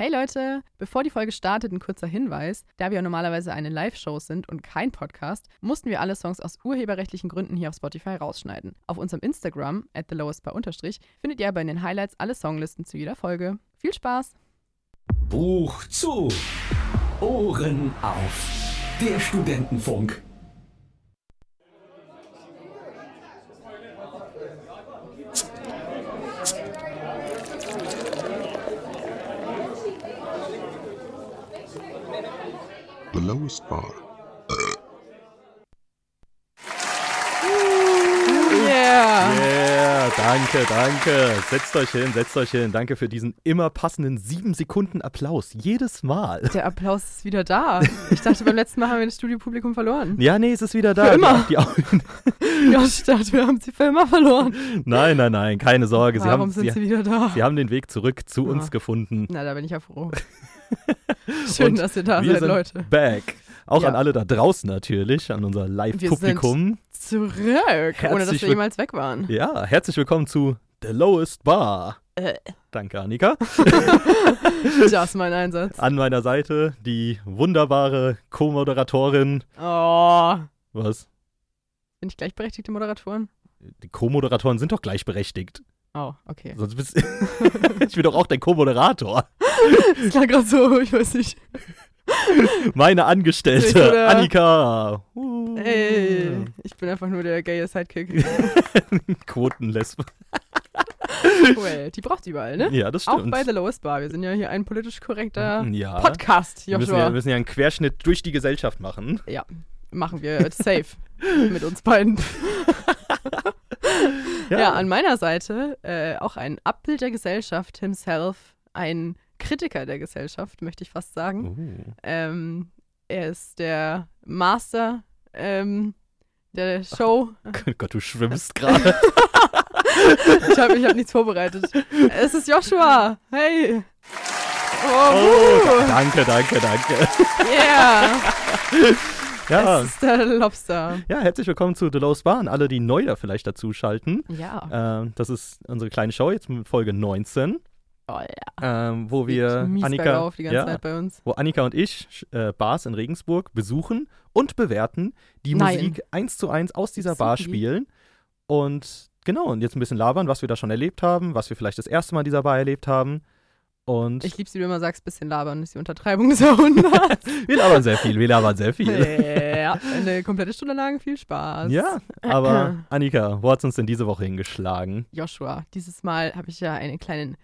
Hey Leute, bevor die Folge startet, ein kurzer Hinweis. Da wir ja normalerweise eine Live-Show sind und kein Podcast, mussten wir alle Songs aus urheberrechtlichen Gründen hier auf Spotify rausschneiden. Auf unserem Instagram, at findet ihr aber in den Highlights alle Songlisten zu jeder Folge. Viel Spaß! Buch zu. Ohren auf. Der Studentenfunk. The lowest bar. Yeah! Yeah, danke, danke. Setzt euch hin, setzt euch hin. Danke für diesen immer passenden sieben Sekunden Applaus. Jedes Mal. Der Applaus ist wieder da. Ich dachte, beim letzten Mal haben wir das Studiopublikum verloren. Ja, nee, es ist wieder da. Für immer. Die, Au- die, Au- Ja, ich dachte, wir haben sie für immer verloren. nein, nein, nein, keine Sorge. Sie Warum haben, sind sie, sie wieder da? sie haben den Weg zurück zu uns gefunden. Na, da bin ich ja froh. Schön, Und dass ihr da wir seid, sind Leute. Back. Auch Ja. an alle da draußen natürlich, an unser Live-Publikum. Zurück, ohne dass Herzlich wir jemals weg waren. Ja, herzlich willkommen zu The Lowest Bar. Äh. Danke, Annika. Das ist mein Einsatz. An meiner Seite die wunderbare Co-Moderatorin. Oh, Was? bin ich gleichberechtigte Moderatoren? Die Co-Moderatoren sind doch gleichberechtigt. Oh, okay. Sonst bist ich bin doch auch dein Co-Moderator. Das klang gerade so, ich weiß nicht. Meine Ich Angestellte, oder- Annika. Uh. Ey, ich bin einfach nur der gaye Sidekick. Quotenlesbe. Well, die braucht überall, ne? Ja, das Auch stimmt. Hm, bei The Lowest Bar. Wir sind ja hier ein politisch korrekter ja. Podcast, Wir müssen, ja, wir Joshua. müssen ja einen Querschnitt durch die Gesellschaft machen. Ja, machen wir safe mit uns beiden. Ja, an meiner Seite äh, auch ein Abbild der Gesellschaft himself, ein Kritiker der Gesellschaft, möchte ich fast sagen. Uh. Ähm, er ist der Master ähm, der Show. Gott, du schwimmst gerade. Ich habe ich hab nichts vorbereitet. Es ist Joshua. Hey. Oh, Oh, wuhu. danke, danke, danke. yeah. Ja. Es ist der Lobster. ja, herzlich willkommen zu The Lost Bar an alle, die neu da vielleicht dazuschalten. Ja. Ähm, das ist unsere kleine Show, jetzt mit Folge 19, Oh, ja. ähm, wo wir Geht mies Annika. bergauf die ganze ja, Zeit bei uns. wo Annika und ich sch- äh, Bars in Regensburg besuchen und bewerten, die Nein. Musik eins zu eins aus dieser Besuchen Bar die? spielen und genau, und jetzt ein bisschen labern, was wir da schon erlebt haben, was wir vielleicht das erste Mal in dieser Bar erlebt haben und Ich lieb's, wie du immer sagst, bisschen labern ist die Untertreibung des Jahrhunderts. wir labern sehr viel, wir labern sehr viel. ja, eine komplette Stunde lang viel Spaß. Ja, aber Annika, wo hat's uns denn diese Woche hingeschlagen? Joshua, dieses Mal habe ich ja einen kleinen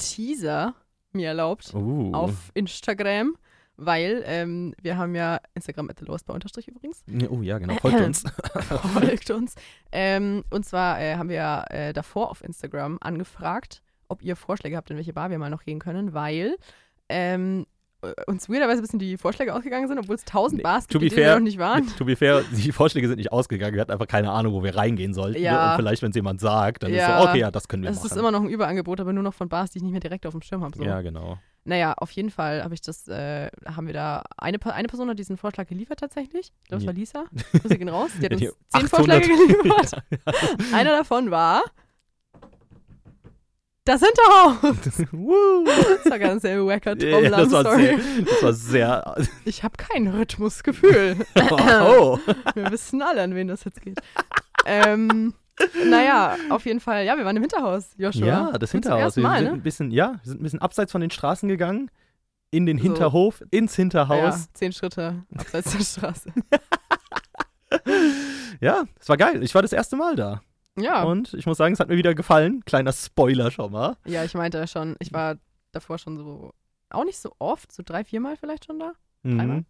Teaser mir erlaubt Uh. auf Instagram, weil ähm, wir haben ja Instagram at unterstrich übrigens, Oh ja, genau, folgt uns. folgt uns. Ähm, und zwar äh, haben wir ja, äh, davor auf Instagram angefragt, ob ihr Vorschläge habt, in welche Bar wir mal noch gehen können, weil ähm, äh, uns weirderweise ein bisschen die Vorschläge ausgegangen sind, obwohl es tausend Nee, Bars to gibt, be die wir fair, noch nicht waren. To be fair, die Vorschläge sind nicht ausgegangen. Wir hatten einfach keine Ahnung, wo wir reingehen sollten. Ja. Und vielleicht, wenn es jemand sagt, dann Ja. ist so, okay, ja, das können wir Also Es machen. ist immer noch ein Überangebot, aber nur noch von Bars, die ich nicht mehr direkt auf dem Schirm habe. So. Ja, genau. Naja, auf jeden Fall habe ich das, äh, haben wir da, eine, Pa- eine Person hat diesen Vorschlag geliefert tatsächlich. Ich glaube, es Ja. war Lisa. Grüße gehen raus. Die hat uns Ja, zehn die Vorschläge 800. geliefert. Einer davon war das Hinterhaus. Woo. Das war ganz selbe wacker Ja, ja, das, war sehr, Trommler-Story. das war sehr. Ich habe kein Rhythmusgefühl. Oh, Wir wissen alle, an wen das jetzt geht. ähm, naja, auf jeden Fall. Ja, wir waren im Hinterhaus, Joshua. Ja, das Und zum Hinterhaus. ersten Wir Mal, sind ne? ein bisschen, ja, wir sind ein bisschen abseits von den Straßen gegangen, in den So. Hinterhof, ins Ja, Hinterhaus. zehn Schritte abseits der Straße. Ja, es war geil. Ich war das erste Mal da. Ja. Und ich muss sagen, es hat mir wieder gefallen. Kleiner Spoiler schon mal. Ja, ich meinte ja schon, ich war davor schon so, auch nicht so oft, so drei, viermal vielleicht schon da. Dreimal? Mhm.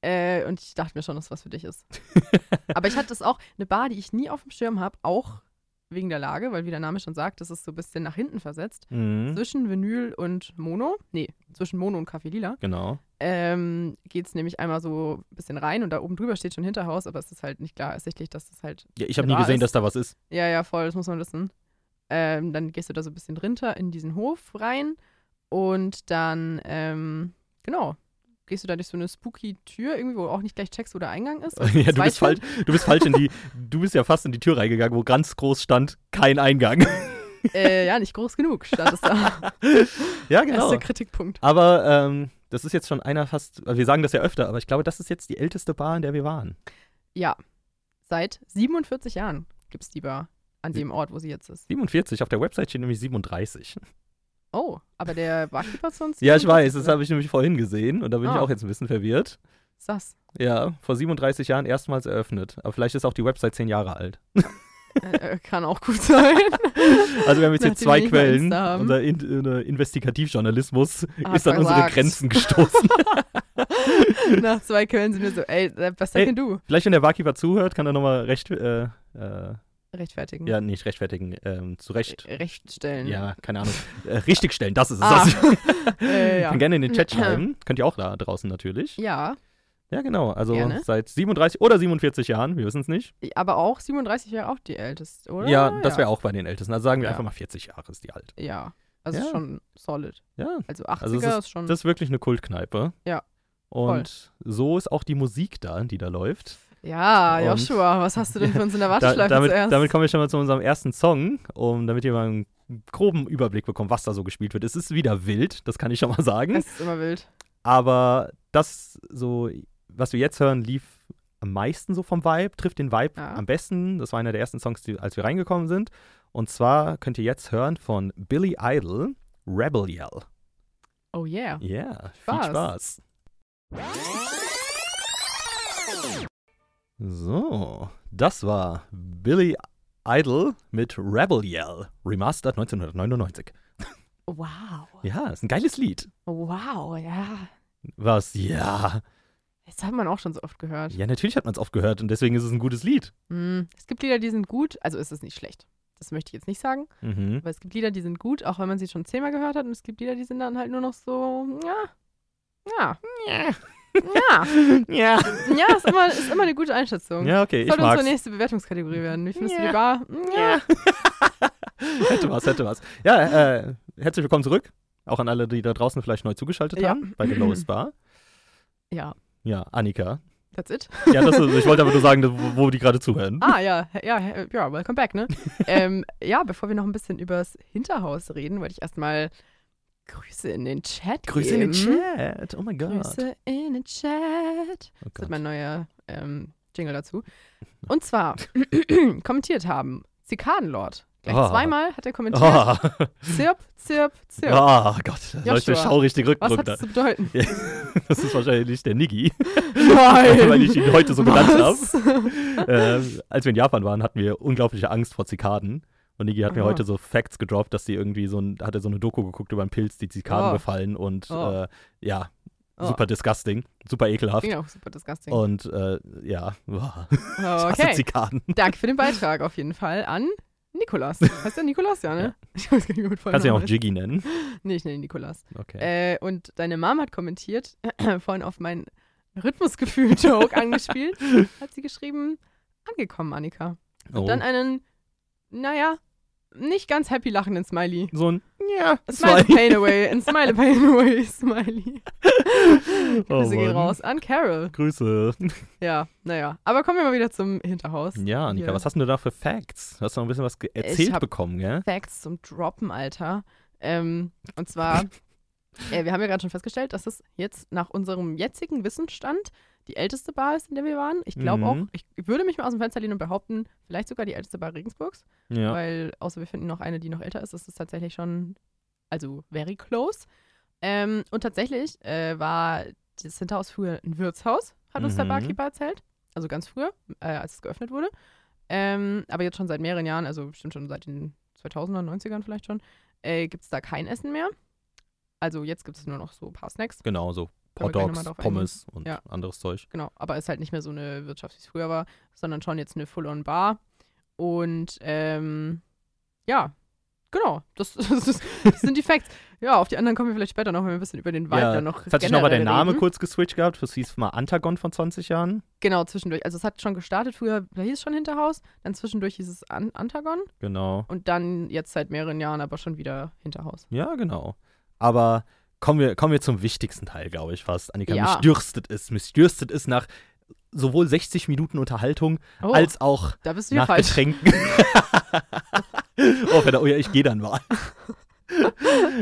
Äh, und ich dachte mir schon, dass es was für dich ist. Aber ich hatte es auch, eine Bar, die ich nie auf dem Schirm habe, auch wegen der Lage, weil wie der Name schon sagt, das ist so ein bisschen nach hinten versetzt. Mhm. Zwischen Vinyl und Mono, nee, zwischen Mono und Kaffee Lila, Genau. ähm, geht es nämlich einmal so ein bisschen rein und da oben drüber steht schon Hinterhaus, aber es ist halt nicht klar ersichtlich, dass das halt Ja, ich habe Da nie gesehen, ist- dass da was ist. Ja, ja, voll, das muss man wissen. Ähm, dann gehst du da so ein bisschen runter in diesen Hof rein und dann, ähm, genau, gehst du da durch so eine spooky Tür irgendwie, wo du auch nicht gleich checkst, wo der Eingang ist. Also Ja, das du bist, weiß falsch, du bist falsch in die, du bist ja fast in die Tür reingegangen, wo ganz groß stand, kein Eingang. äh, ja, nicht groß genug, stand es da. Ja, genau. Erster Kritikpunkt. Aber ähm, das ist jetzt schon einer fast, also wir sagen das ja öfter, aber ich glaube, das ist jetzt die älteste Bar, in der wir waren. Ja, seit 47 Jahren gibt es die Bar an dem Ort, wo sie jetzt ist. 47, auf der Website steht nämlich 37. Oh, aber der Barkeeper ist sonst. Ja, ich weiß, das habe ich nämlich vorhin gesehen und da bin ich Ah. auch jetzt ein bisschen verwirrt. Das. Ja, vor 37 Jahren erstmals eröffnet. Aber vielleicht ist auch die Website 10 Jahre alt. Äh, äh, kann auch gut sein. Also wir haben jetzt hier Nachdem zwei wir nicht mal Quellen. Insta haben. Unser in, äh, Investigativjournalismus Hat ist an unsere versagt. Grenzen gestoßen. Nach zwei Quellen sind wir so, ey, äh, besser Also Ey. denn du. vielleicht, wenn der Barkeeper zuhört, kann er nochmal recht, äh, äh, Rechtfertigen. ja, nicht rechtfertigen, ähm, zurecht. Rechtstellen. Ja, keine Ahnung. Äh, richtigstellen, das ist es. Ah. Das. Äh, ja. Kann gerne in den Chat schreiben. Könnt ihr auch da draußen natürlich. ja, Ja, genau. Also Gerne. seit 37 oder 47 Jahren, wir wissen es nicht. aber aber auch 37 wäre auch die älteste, oder? Ja, das wäre auch bei den Ältesten. Also sagen wir Ja. einfach mal 40 Jahre ist die alt. Ja, also Ja. schon solid. Ja, Also 80er Also es ist, schon. das ist wirklich eine Kultkneipe. Ja. Und so ist auch die Musik da, die da läuft. ja, und- Joshua, was hast du denn für uns in der Da, Warteschleife damit, zuerst? damit kommen wir schon mal zu unserem ersten Song, um, damit ihr mal einen groben Überblick bekommt, was da so gespielt wird. Es ist wieder wild, das kann ich schon mal sagen. das Hm? ist immer wild. Aber das, so, was wir jetzt hören, lief am meisten so vom Vibe, trifft den Vibe Ja. am besten. Das war einer der ersten Songs, die, als wir reingekommen sind. Und zwar könnt ihr jetzt hören von Billy Idol, Rebel Yell. Oh yeah. Ja, Spaß. viel Spaß. So, das war Billy Idol mit Rebel Yell, remastered 1999. Wow. Ja, ist ein geiles Lied. Wow, ja. Was? Ja. Das hat man auch schon so oft gehört. Ja, natürlich hat man es oft gehört und deswegen ist es ein gutes Lied. Mm, Es gibt Lieder, die sind gut, also ist es nicht schlecht. Das möchte ich jetzt nicht sagen, Mhm. aber es gibt Lieder, die sind gut, auch wenn man sie schon zehnmal gehört hat und es gibt Lieder, die sind dann halt nur noch so, ja, ja, ja, Ja. ja, ist immer, ist immer eine gute Einschätzung. Ja, okay, ich Sollte unsere mag's. nächste Bewertungskategorie werden. Wie findest du Ja. die Bar? Ja. Hätte was, hätte was. Ja, äh, herzlich willkommen zurück. Auch an alle, die da draußen vielleicht neu zugeschaltet Ja. haben, bei der Lowest Bar. Ja, Ja, Annika. that's it. Ja, das ist, ich wollte aber nur sagen, wo, wo die gerade zuhören. Ah, ja, ja, ja, ja, welcome back, ne? ähm, ja, bevor wir noch ein bisschen übers Hinterhaus reden, wollte ich erstmal Grüße in den Chat geben. Chat. Oh mein Grüße in den Chat. Oh Das Gott. wird mein neuer ähm, Jingle dazu. Und zwar kommentiert haben Zikadenlord. Gleich Ah. zweimal hat er kommentiert. Oh, Zirp, zirp, zirp. oh Gott, da läuft Joshua. der Schau richtig Was Rückdruck hat da. das zu bedeuten? Das ist wahrscheinlich der Niggi, Also, Nein. weil ich ihn heute so genannt habe. Was? Ähm, als wir in Japan waren, hatten wir unglaubliche Angst vor Zikaden. Und Niggi hat mir Aha. heute so Facts gedroppt, dass die irgendwie so ein, hat er so eine Doku geguckt über einen Pilz, die Zikaden Oh. befallen und Oh. äh, ja, Oh. super disgusting, super ekelhaft. Klingt auch super disgusting. Und äh, ja, boah, ich hasse okay. Zikaden. Danke für den Beitrag auf jeden Fall an Nikolas. Heißt der Nikolas, ja, ne? Ja. Ich weiß gar nicht, wie mein Kannst du ja Vorname auch Jiggy nennen. ist. Nee, ich nenne ihn Nikolas. Okay. Äh, und deine Mom hat kommentiert, vorhin auf mein Rhythmusgefühl-Joke angespielt, hat sie geschrieben, angekommen, Annika. oh. Äh, Dann einen, naja, nicht ganz happy lachenden Smiley. so ein Ja, Smiley zwei. Pain Away, ein Smiley Pain Away, Smiley. Oh, Grüße gehen Mann. raus an Carol. Grüße. Ja, naja. Aber kommen wir mal wieder zum Hinterhaus. Ja, Annika, Hier. was hast denn du da für Facts? Du hast noch ein bisschen was ge- erzählt hab- bekommen, gell? Facts zum Droppen, Alter. Ähm, und zwar, äh, wir haben ja gerade schon festgestellt, dass es jetzt nach unserem jetzigen Wissensstand die älteste Bar ist, in der wir waren. Ich glaube Mhm. auch, ich würde mich mal aus dem Fenster lehnen und behaupten, vielleicht sogar die älteste Bar Regensburgs, Ja. weil außer wir finden noch eine, die noch älter ist, ist es tatsächlich schon, also very close. Ähm, und tatsächlich äh, war das Hinterhaus früher ein Wirtshaus, hat uns der Mhm. Barkeeper erzählt. Also ganz früher, äh, als es geöffnet wurde. Ähm, aber jetzt schon seit mehreren Jahren, also bestimmt schon seit den 2000er, 90ern vielleicht schon, äh, gibt es da kein Essen mehr. Also jetzt gibt es nur noch so ein paar Snacks. Genau, so Können wir Hot gleich nochmal drauf Dogs, Pommes und Ja. anderes Zeug. Genau, aber ist halt nicht mehr so eine Wirtschaft, wie es früher war, sondern schon jetzt eine Full-on-Bar. Und ähm, ja, genau, das, das, das, das sind die Facts. Ja, auf die anderen kommen wir vielleicht später noch, wenn wir ein bisschen über den Vibe Ja, dann noch Jetzt hat sich nochmal der generell Name reden. kurz geswitcht gehabt. Das hieß mal Antagon von 20 Jahren. Genau, zwischendurch. Also es hat schon gestartet, früher da hieß es schon Hinterhaus, dann zwischendurch hieß es An Antagon Genau. und dann jetzt seit mehreren Jahren aber schon wieder Hinterhaus. Ja, genau. Aber kommen wir, kommen wir zum wichtigsten Teil, glaube ich fast. Annika, Ja. mich dürstet es. Mich dürstet es nach sowohl 60 Minuten Unterhaltung Oh, als auch da bist du hier nach falsch. Getränken. Oh, verdammt, oh ja, ich gehe dann mal.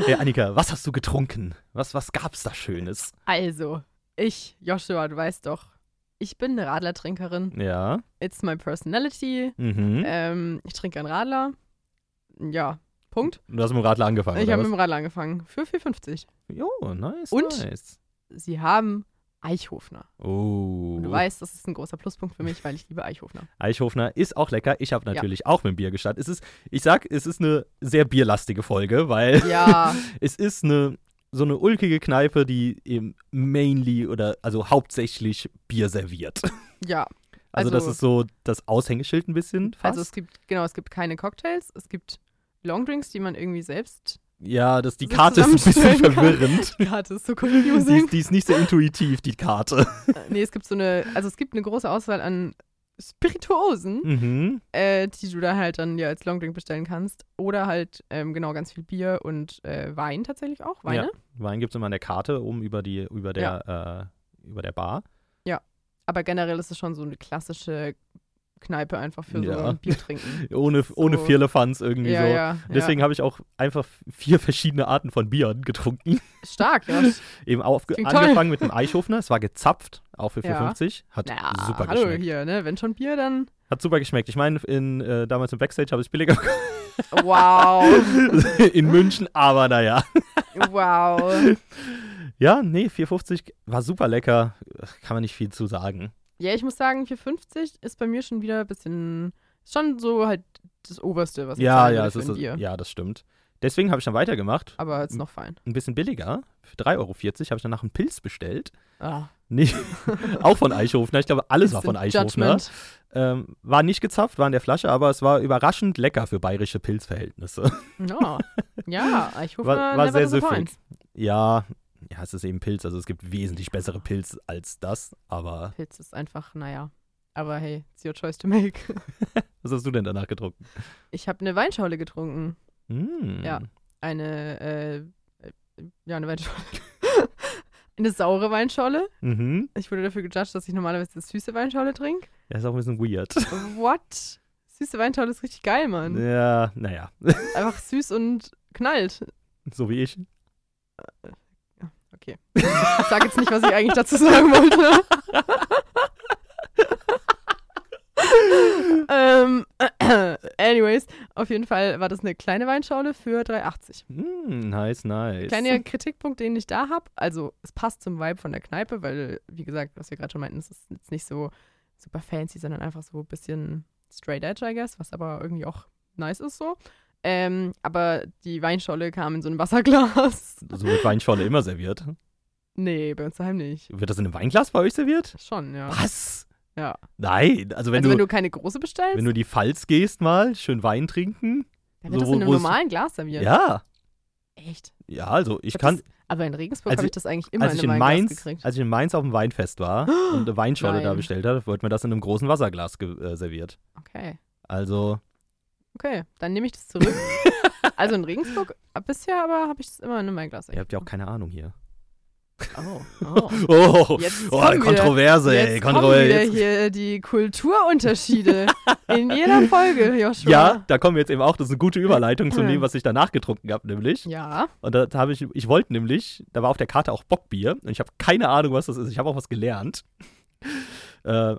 Ja, Annika, was hast du getrunken? Was, was gab's da Schönes? Also, ich, Joshua, du weißt doch, ich bin eine Radlertrinkerin. Ja. It's my personality. Mhm. Ähm, ich trinke einen Radler. Ja, Punkt. Du hast mit dem Radler angefangen. Ich oder habe mit was? dem Radler angefangen. Für 4,50. Jo, nice. Und? Nice. Sie haben Eichhofner. Oh. Und du weißt, das ist ein großer Pluspunkt für mich, weil ich liebe Eichhofner. Eichhofner ist auch lecker. Ich habe natürlich auch mit dem Bier gestartet. Es ist, ich sag, es ist eine sehr bierlastige Folge, weil Ja, es ist eine so eine ulkige Kneipe, die eben mainly oder also hauptsächlich Bier serviert. ja. Also, das ist so das Aushängeschild ein bisschen fast. Also es gibt, genau, es gibt keine Cocktails, es gibt Longdrinks, die man irgendwie selbst. ja, das, die so Karte ist ein bisschen zusammenstellen kann. verwirrend. Ja, das ist so Die confusing. ist, die ist nicht sehr intuitiv, die Karte. Äh, nee, es gibt so eine, also es gibt eine große Auswahl an Spirituosen, Mhm. äh, die du da halt dann ja als Longdrink bestellen kannst. Oder halt, ähm, genau, ganz viel Bier und äh, Wein tatsächlich auch, Weine. Wein gibt es immer an der Karte oben über, die, über, der, äh, über der Bar. Aber generell ist es schon so eine klassische Kneipe einfach für so Ja. ein Bier trinken. Ohne, ohne So. Firlefanz irgendwie ja, so. ja, Deswegen habe ich auch einfach vier verschiedene Arten von Bieren getrunken. ja. Stark, Josh. Eben auf, Klingt toll. angefangen mit einem Eichhofner, es war gezapft, auch für Ja. 4,50. Hat Naja, super hallo geschmeckt. hier, ne? Wenn schon Bier, dann Hat super geschmeckt. Ich meine, in, äh, damals im Backstage habe ich es billiger wow, in München, aber naja. wow. Ja, nee, 4,50 war super lecker. Kann man nicht viel zu sagen. Ja, ich muss sagen, 4,50 ist bei mir schon wieder ein bisschen, schon so halt das Oberste, was ich Also Ja, zahlen ja, würde es für ist, ein Bier. ja, Hm. das stimmt. Deswegen habe ich dann weitergemacht. Aber ist noch fein. Ein bisschen billiger. Für 3,40 Euro habe ich danach einen Pilz bestellt. Ah, Nee, auch von Eichhofner. Ich glaube, alles war instant von ne? Eichhofner. Judgment. Ähm, war nicht gezapft, war in der Flasche, aber es war überraschend lecker für bayerische Pilzverhältnisse. Ja, ja Eichhofner War- war never sehr disappoints. ja, ja, es ist eben Pilz, also es gibt wesentlich bessere Pilz als das, aber Pilz ist einfach, naja. Aber hey, it's your choice to make. was hast du denn danach getrunken? Ich habe eine Weinschorle getrunken. Mm. Ja. Eine, äh, äh, ja, eine Weinschorle. eine saure Weinschorle. Mhm. Ich wurde dafür gejudged, dass ich normalerweise süße Weinschorle trinke. Das ist auch ein bisschen weird. What? Süße Weinschorle ist richtig geil, Mann. Ja, naja, Einfach süß und knallt. so wie ich. Okay. Ich sag jetzt nicht, was ich eigentlich dazu sagen wollte. ähm, anyways, auf jeden Fall war das eine kleine Weinschorle für 3,80. Mm, nice, nice. Kleiner Kritikpunkt, den ich da habe, also es passt zum Vibe von der Kneipe, weil, wie gesagt, was wir gerade schon meinten, es ist jetzt nicht so super fancy, sondern einfach so ein bisschen straight edge, I guess, was aber irgendwie auch nice ist so. Ähm, aber die Weinschorle kam in so einem Wasserglas. So wird Weinschorle immer serviert. Nee, bei uns daheim nicht. Wird das in einem Weinglas bei euch serviert? Schon, ja. Was? Ja. Nein, also wenn also wenn du du keine große bestellst, wenn du in die Pfalz gehst mal, schön Wein trinken. dann wird so, das wo- in einem wo es- normalen Glas serviert. Ja, Echt. ja, also ich hab kann das- Aber in Regensburg Als habe ich- ich das eigentlich immer als ich, in in einem Weinglas Mainz, gekriegt. als ich in Mainz auf dem Weinfest war und eine Weinschorle da Nein. bestellt habe, wurde mir das in einem großen Wasserglas ge- äh, serviert. Okay. Also, Okay, dann nehme ich das zurück. also in Regensburg äh, bisher aber habe ich es immer in einem Weinglas. ihr habt ja auch keine Ahnung hier. Oh, oh. Oh, Jetzt oh kommen wir. Kontroverse, ey. Jetzt kommen Kontroverse. wieder Jetzt, hier die Kulturunterschiede in jeder Folge, Joshua. ja, da kommen wir jetzt eben auch. Das ist eine gute Überleitung zu dem, was ich danach getrunken habe, nämlich. Ja. Und da habe ich, ich wollte nämlich, da war auf der Karte auch Bockbier und ich habe keine Ahnung, was das ist. Ich habe auch was gelernt. Äh,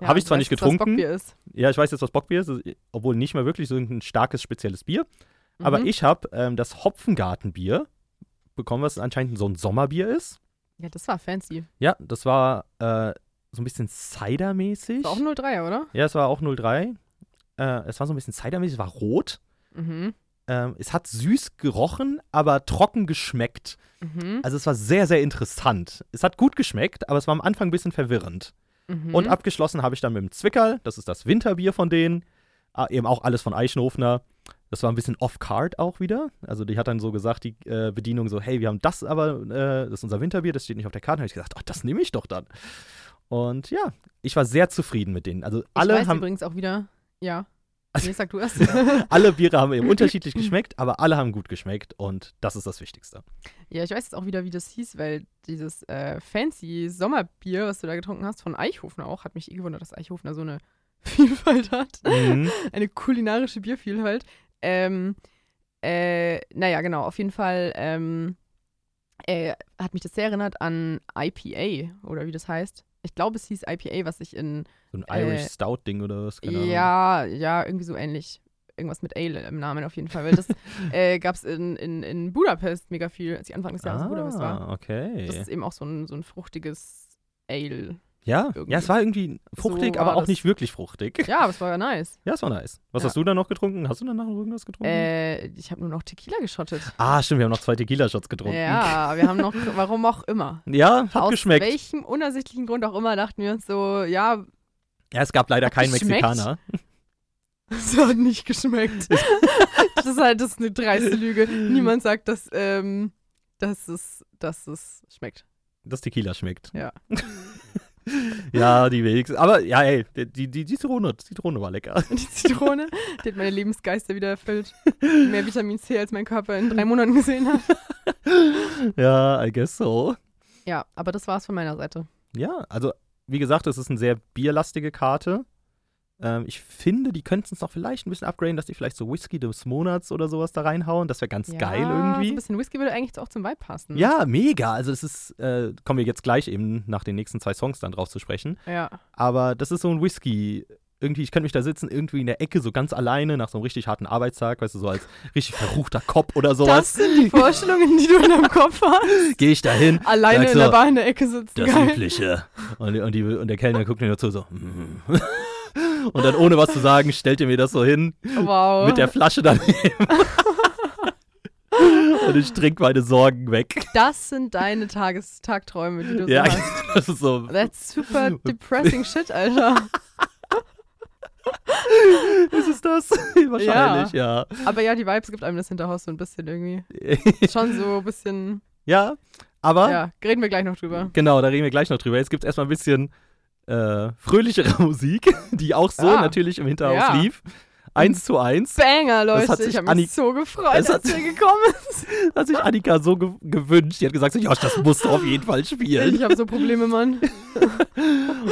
ja habe ich du zwar weißt nicht jetzt, was getrunken. Bockbier ist. Ja, ich weiß jetzt, was Bockbier ist, obwohl nicht mehr wirklich so ein starkes, spezielles Bier. Aber Mhm. ich habe ähm, das Hopfengartenbier bekommen, was anscheinend so ein Sommerbier ist. Ja, das war fancy. Ja, das war äh, so ein bisschen Cider-mäßig. War auch 03er, oder? Ja, es war auch 03. Äh, es war so ein bisschen Cider-mäßig, es war rot. Mhm. Ähm, es hat süß gerochen, aber trocken geschmeckt. Mhm. Also es war sehr, sehr interessant. Es hat gut geschmeckt, aber es war am Anfang ein bisschen verwirrend. mhm. Und abgeschlossen habe ich dann mit dem Zwickerl, das ist das Winterbier von denen. Ah, eben auch alles von Eichenhofner. Das war ein bisschen off-card auch wieder. Also die hat dann so gesagt, die äh, Bedienung so, hey, wir haben das aber, äh, das ist unser Winterbier, das steht nicht auf der Karte. Da habe ich gesagt, ach, das nehme ich doch dann. Und ja, ich war sehr zufrieden mit denen. Also alle ich weiß haben, übrigens auch wieder. Ja. Also- Nee, sag du erst. alle Biere haben eben unterschiedlich geschmeckt, aber alle haben gut geschmeckt und das ist das Wichtigste. ja, ich weiß jetzt auch wieder, wie das hieß, weil dieses äh, fancy Sommerbier, was du da getrunken hast, von Eichhofner auch, hat mich eh gewundert, dass Eichhofner so eine Vielfalt hat. Mhm. Eine kulinarische Biervielfalt. Ähm, äh, naja, genau, auf jeden Fall ähm, äh, hat mich das sehr erinnert an IPA oder wie das heißt. Ich glaube, es hieß IPA, was ich in. So ein Äh, Irish Stout-Ding oder was? Keine Ahnung. Ja, ja, irgendwie so ähnlich. Irgendwas mit Ale im Namen auf jeden Fall, weil das äh, gab es in, in, in Budapest mega viel, als ich Anfang des Jahres in Budapest war. Ah, okay. Das ist eben auch so ein, so ein fruchtiges Ale. ja, irgendwie- ja, es war irgendwie fruchtig, So war aber auch das. nicht wirklich fruchtig. Ja, aber es war ja nice. Ja, es war nice. Was Ja. hast du dann noch getrunken? Hast du danach noch irgendwas getrunken? Äh, ich habe nur noch Tequila geschottet. Ah, stimmt, wir haben noch zwei Tequila-Shots getrunken. Ja, wir haben noch, warum auch immer. Ja, hat Aus geschmeckt. welchem unersichtlichen Grund auch immer dachten wir uns so, ja, Ja, es gab leider Hat keinen geschmeckt? Mexikaner. es hat nicht geschmeckt. das ist halt das ist eine dreiste Lüge. Niemand sagt, dass, ähm, dass, es, dass es schmeckt. Das Tequila schmeckt. Ja. ja, die wenigsten. Aber ja, ey, die, die, die Zitrone, Zitrone war lecker. Die Zitrone, die hat meine Lebensgeister wieder erfüllt. Mehr Vitamin C, als mein Körper in drei Monaten gesehen hat. ja, I guess so. Ja, aber das war's von meiner Seite. Ja, also wie gesagt, es ist eine sehr bierlastige Karte. Ähm, ich finde, die könnten es noch vielleicht ein bisschen upgraden, dass die vielleicht so Whisky des Monats oder sowas da reinhauen. Das wäre ganz ja, geil So ein irgendwie. bisschen Whisky würde eigentlich auch zum Vibe passen. Ja, mega. Also das ist, äh, kommen wir jetzt gleich eben nach den nächsten zwei Songs dann drauf zu sprechen. Ja. Aber das ist so ein Whisky. Irgendwie, ich könnte mich da sitzen, irgendwie in der Ecke, so ganz alleine, nach so einem richtig harten Arbeitstag, weißt du, so als richtig verruchter Kopf oder Das sowas. sind die Vorstellungen, die du in deinem Kopf hast. Gehe ich da hin. Alleine sag in so, der Bar in der Ecke sitzen. Das geil. Übliche. Und, und, die, und der Kellner guckt mir dazu so. "Mm." Und dann ohne was zu sagen, stellt ihr mir das so hin, Wow. mit der Flasche daneben. Und ich trinke meine Sorgen weg. das sind deine Tages Tagträume, die du Ja, so hast. das ist so. That's super depressing shit, Alter. Was ist das? Wahrscheinlich, ja. Aber ja, die Vibes gibt einem das Hinterhaus so ein bisschen irgendwie. Ja, Schon so ein bisschen. aber Ja, reden wir gleich noch drüber. genau, da reden wir gleich noch drüber. Jetzt gibt es erstmal ein bisschen äh, fröhlichere Musik, die auch so Ah. natürlich im Hinterhaus Ja. lief. Eins zu eins. Banger, Leute. hat sich ich habe Anni- mich so gefreut, Das hat- dass ihr gekommen ist. Hat sich Annika so ge gewünscht. Die hat gesagt: so, Josh, das musst du auf jeden Fall spielen. Ich habe so Probleme, Mann.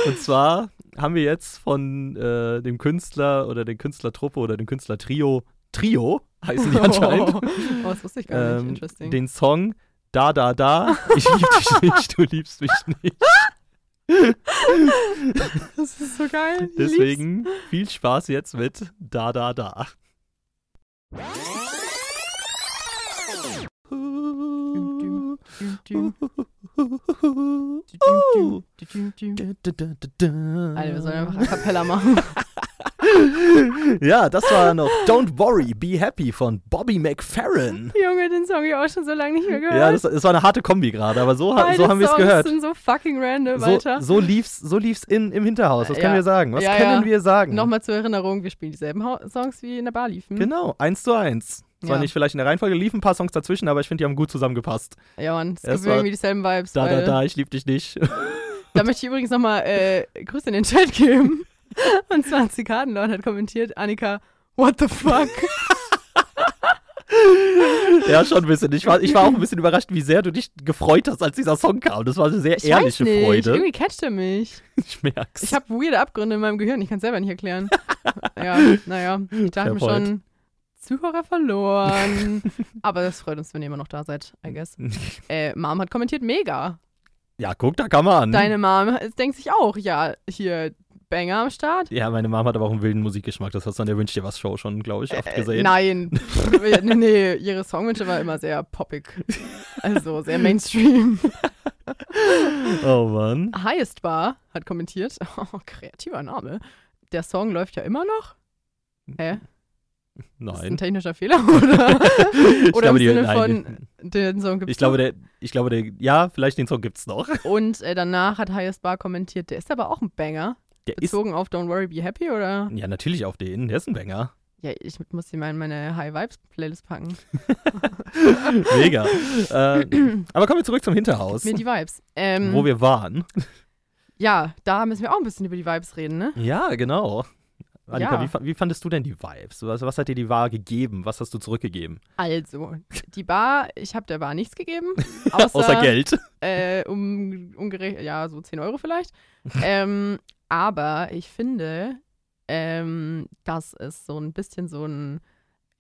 Und zwar haben wir jetzt von äh, dem Künstler oder den Künstlertruppe oder dem Künstlertrio, Trio heißen die anscheinend, Oh, oh, das wusste ich gar nicht. ähm, Interesting. den Song Da, da, da, ich lieb dich nicht, du liebst mich nicht. das ist so geil. Ich lieb's. Deswegen viel Spaß jetzt mit Da, da, da. Dum, Dum, Uh. dum, dum, dum, dum. Alter, Alter, wir sollen einfach A Cappella machen. Ja, das war noch Don't Worry, Be Happy von Bobby McFerrin. Junge, den Song hab ich auch schon so lange nicht mehr gehört. Ja, das, das war eine harte Kombi gerade, aber so, ha- Beide so haben wir es Songs gehört. sind so fucking random, So, Alter. so lief's, so lief's in, im Hinterhaus. Was Ja. können wir sagen? Was Ja, können ja. wir sagen? Nochmal zur Erinnerung, wir spielen dieselben Hau- Songs wie in der Bar liefen. Mhm. Genau, eins zu eins. Zwar Hm? Ja. nicht vielleicht in der Reihenfolge, liefen ein paar Songs dazwischen, aber ich finde, die haben gut zusammengepasst. Ja, Mann, es Das gibt war- irgendwie dieselben Vibes. Da, da, beide. da, ich lieb dich nicht. Da möchte ich übrigens nochmal äh, Grüße in den Chat geben. Und zwar Zikadenlord hat kommentiert, Annika, what the fuck? ja, schon ein bisschen. Ich war, ich war auch ein bisschen überrascht, wie sehr du dich gefreut hast, als dieser Song kam. Das war eine sehr Ich weiß ehrliche nicht, Freude. irgendwie catcht er mich. Ich merk's. Ich habe weirde Abgründe in meinem Gehirn, ich kann es selber nicht erklären. ja, naja, ich dachte mir Fair schon, Zuhörer verloren. Aber das freut uns, wenn ihr immer noch da seid, I guess. Äh, Mom hat kommentiert, mega. ja, guck, da kann man. Deine Mom äh, denkt sich auch, ja, hier, Banger am Start. ja, meine Mama hat aber auch einen wilden Musikgeschmack. Das hast du an der Wünsch dir was Show schon, glaube ich, oft Äh, gesehen. nein. nee, nee, ihre Songwünsche war immer sehr poppig. Also sehr Mainstream. Oh Mann. Highest Bar hat kommentiert, oh, kreativer Name. Der Song läuft ja immer noch. Hä? Ist das ein Nein. technischer Fehler, oder? ich oder im die- Sinne nein, von, den Song gibt's Ich glaube, noch. der, ich glaube, der, ja, vielleicht den Song gibt's noch. Und äh, danach hat Highest Bar kommentiert, der ist aber auch ein Banger. Der ist, Bezogen auf Don't Worry, Be Happy, oder? ja, natürlich auf den, der ist ein Banger. Ja, ich muss hier mal in meine High Vibes Playlist packen. Mega. äh, aber kommen wir zurück zum Hinterhaus, Mir die Vibes. Ähm, wo wir waren. ja, da müssen wir auch ein bisschen über die Vibes reden, ne? Ja, genau. Annika, Ja. wie, fa- wie fandest du denn die Vibes? Was, was hat dir die Wahl gegeben? Was hast du zurückgegeben? Also, die Bar, ich habe der Bar nichts gegeben. Außer, Außer Geld. Äh, um, umgerechnet, ja, so 10 Euro vielleicht. ähm, aber ich finde, ähm, dass es so ein bisschen so ein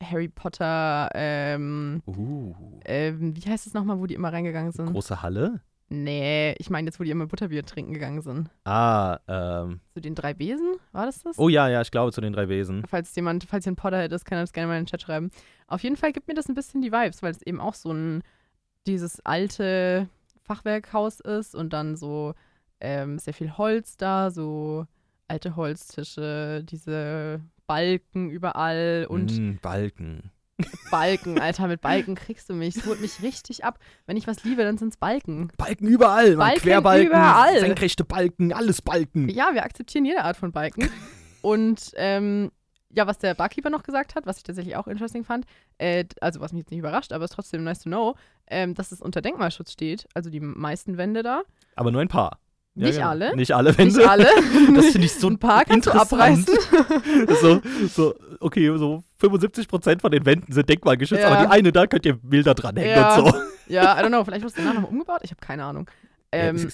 Harry Potter, ähm, Uh, ähm, wie heißt es nochmal, wo die immer reingegangen sind? große Halle. nee, ich meine jetzt, wo die immer Butterbier trinken gegangen sind. Ah, ähm. Zu den drei Besen, war das das? Oh ja, ja, ich glaube zu den drei Wesen. Falls jemand, falls ihr ein Potterhead ist, kann er das gerne mal in den Chat schreiben. Auf jeden Fall gibt mir das ein bisschen die Vibes, weil es eben auch so ein, dieses alte Fachwerkhaus ist und dann so ähm, sehr viel Holz da, so alte Holztische, diese Balken überall und Mm, Balken. Balken, Alter, mit Balken kriegst du mich. Es holt mich richtig ab. Wenn ich was liebe, dann sind es Balken. Balken überall. man, Balken Querbalken, überall. senkrechte Balken, alles Balken. Ja, wir akzeptieren jede Art von Balken. Und ähm, ja, was der Barkeeper noch gesagt hat, was ich tatsächlich auch interesting fand, äh, also was mich jetzt nicht überrascht, aber es ist trotzdem nice to know, ähm, dass es unter Denkmalschutz steht, also die meisten Wände da. Aber nur ein paar. Ja, Nicht genau. alle. Nicht alle Wände. Nicht alle. Das finde ich so Ein paar kannst du interessant. abreißen. so, so, okay, so 75% von den Wänden sind denkmalgeschützt, Ja. aber die eine da könnt ihr Bilder dranhängen Ja. und so. ja, I don't know, vielleicht wurde es danach noch umgebaut, ich habe keine Ahnung. Ähm,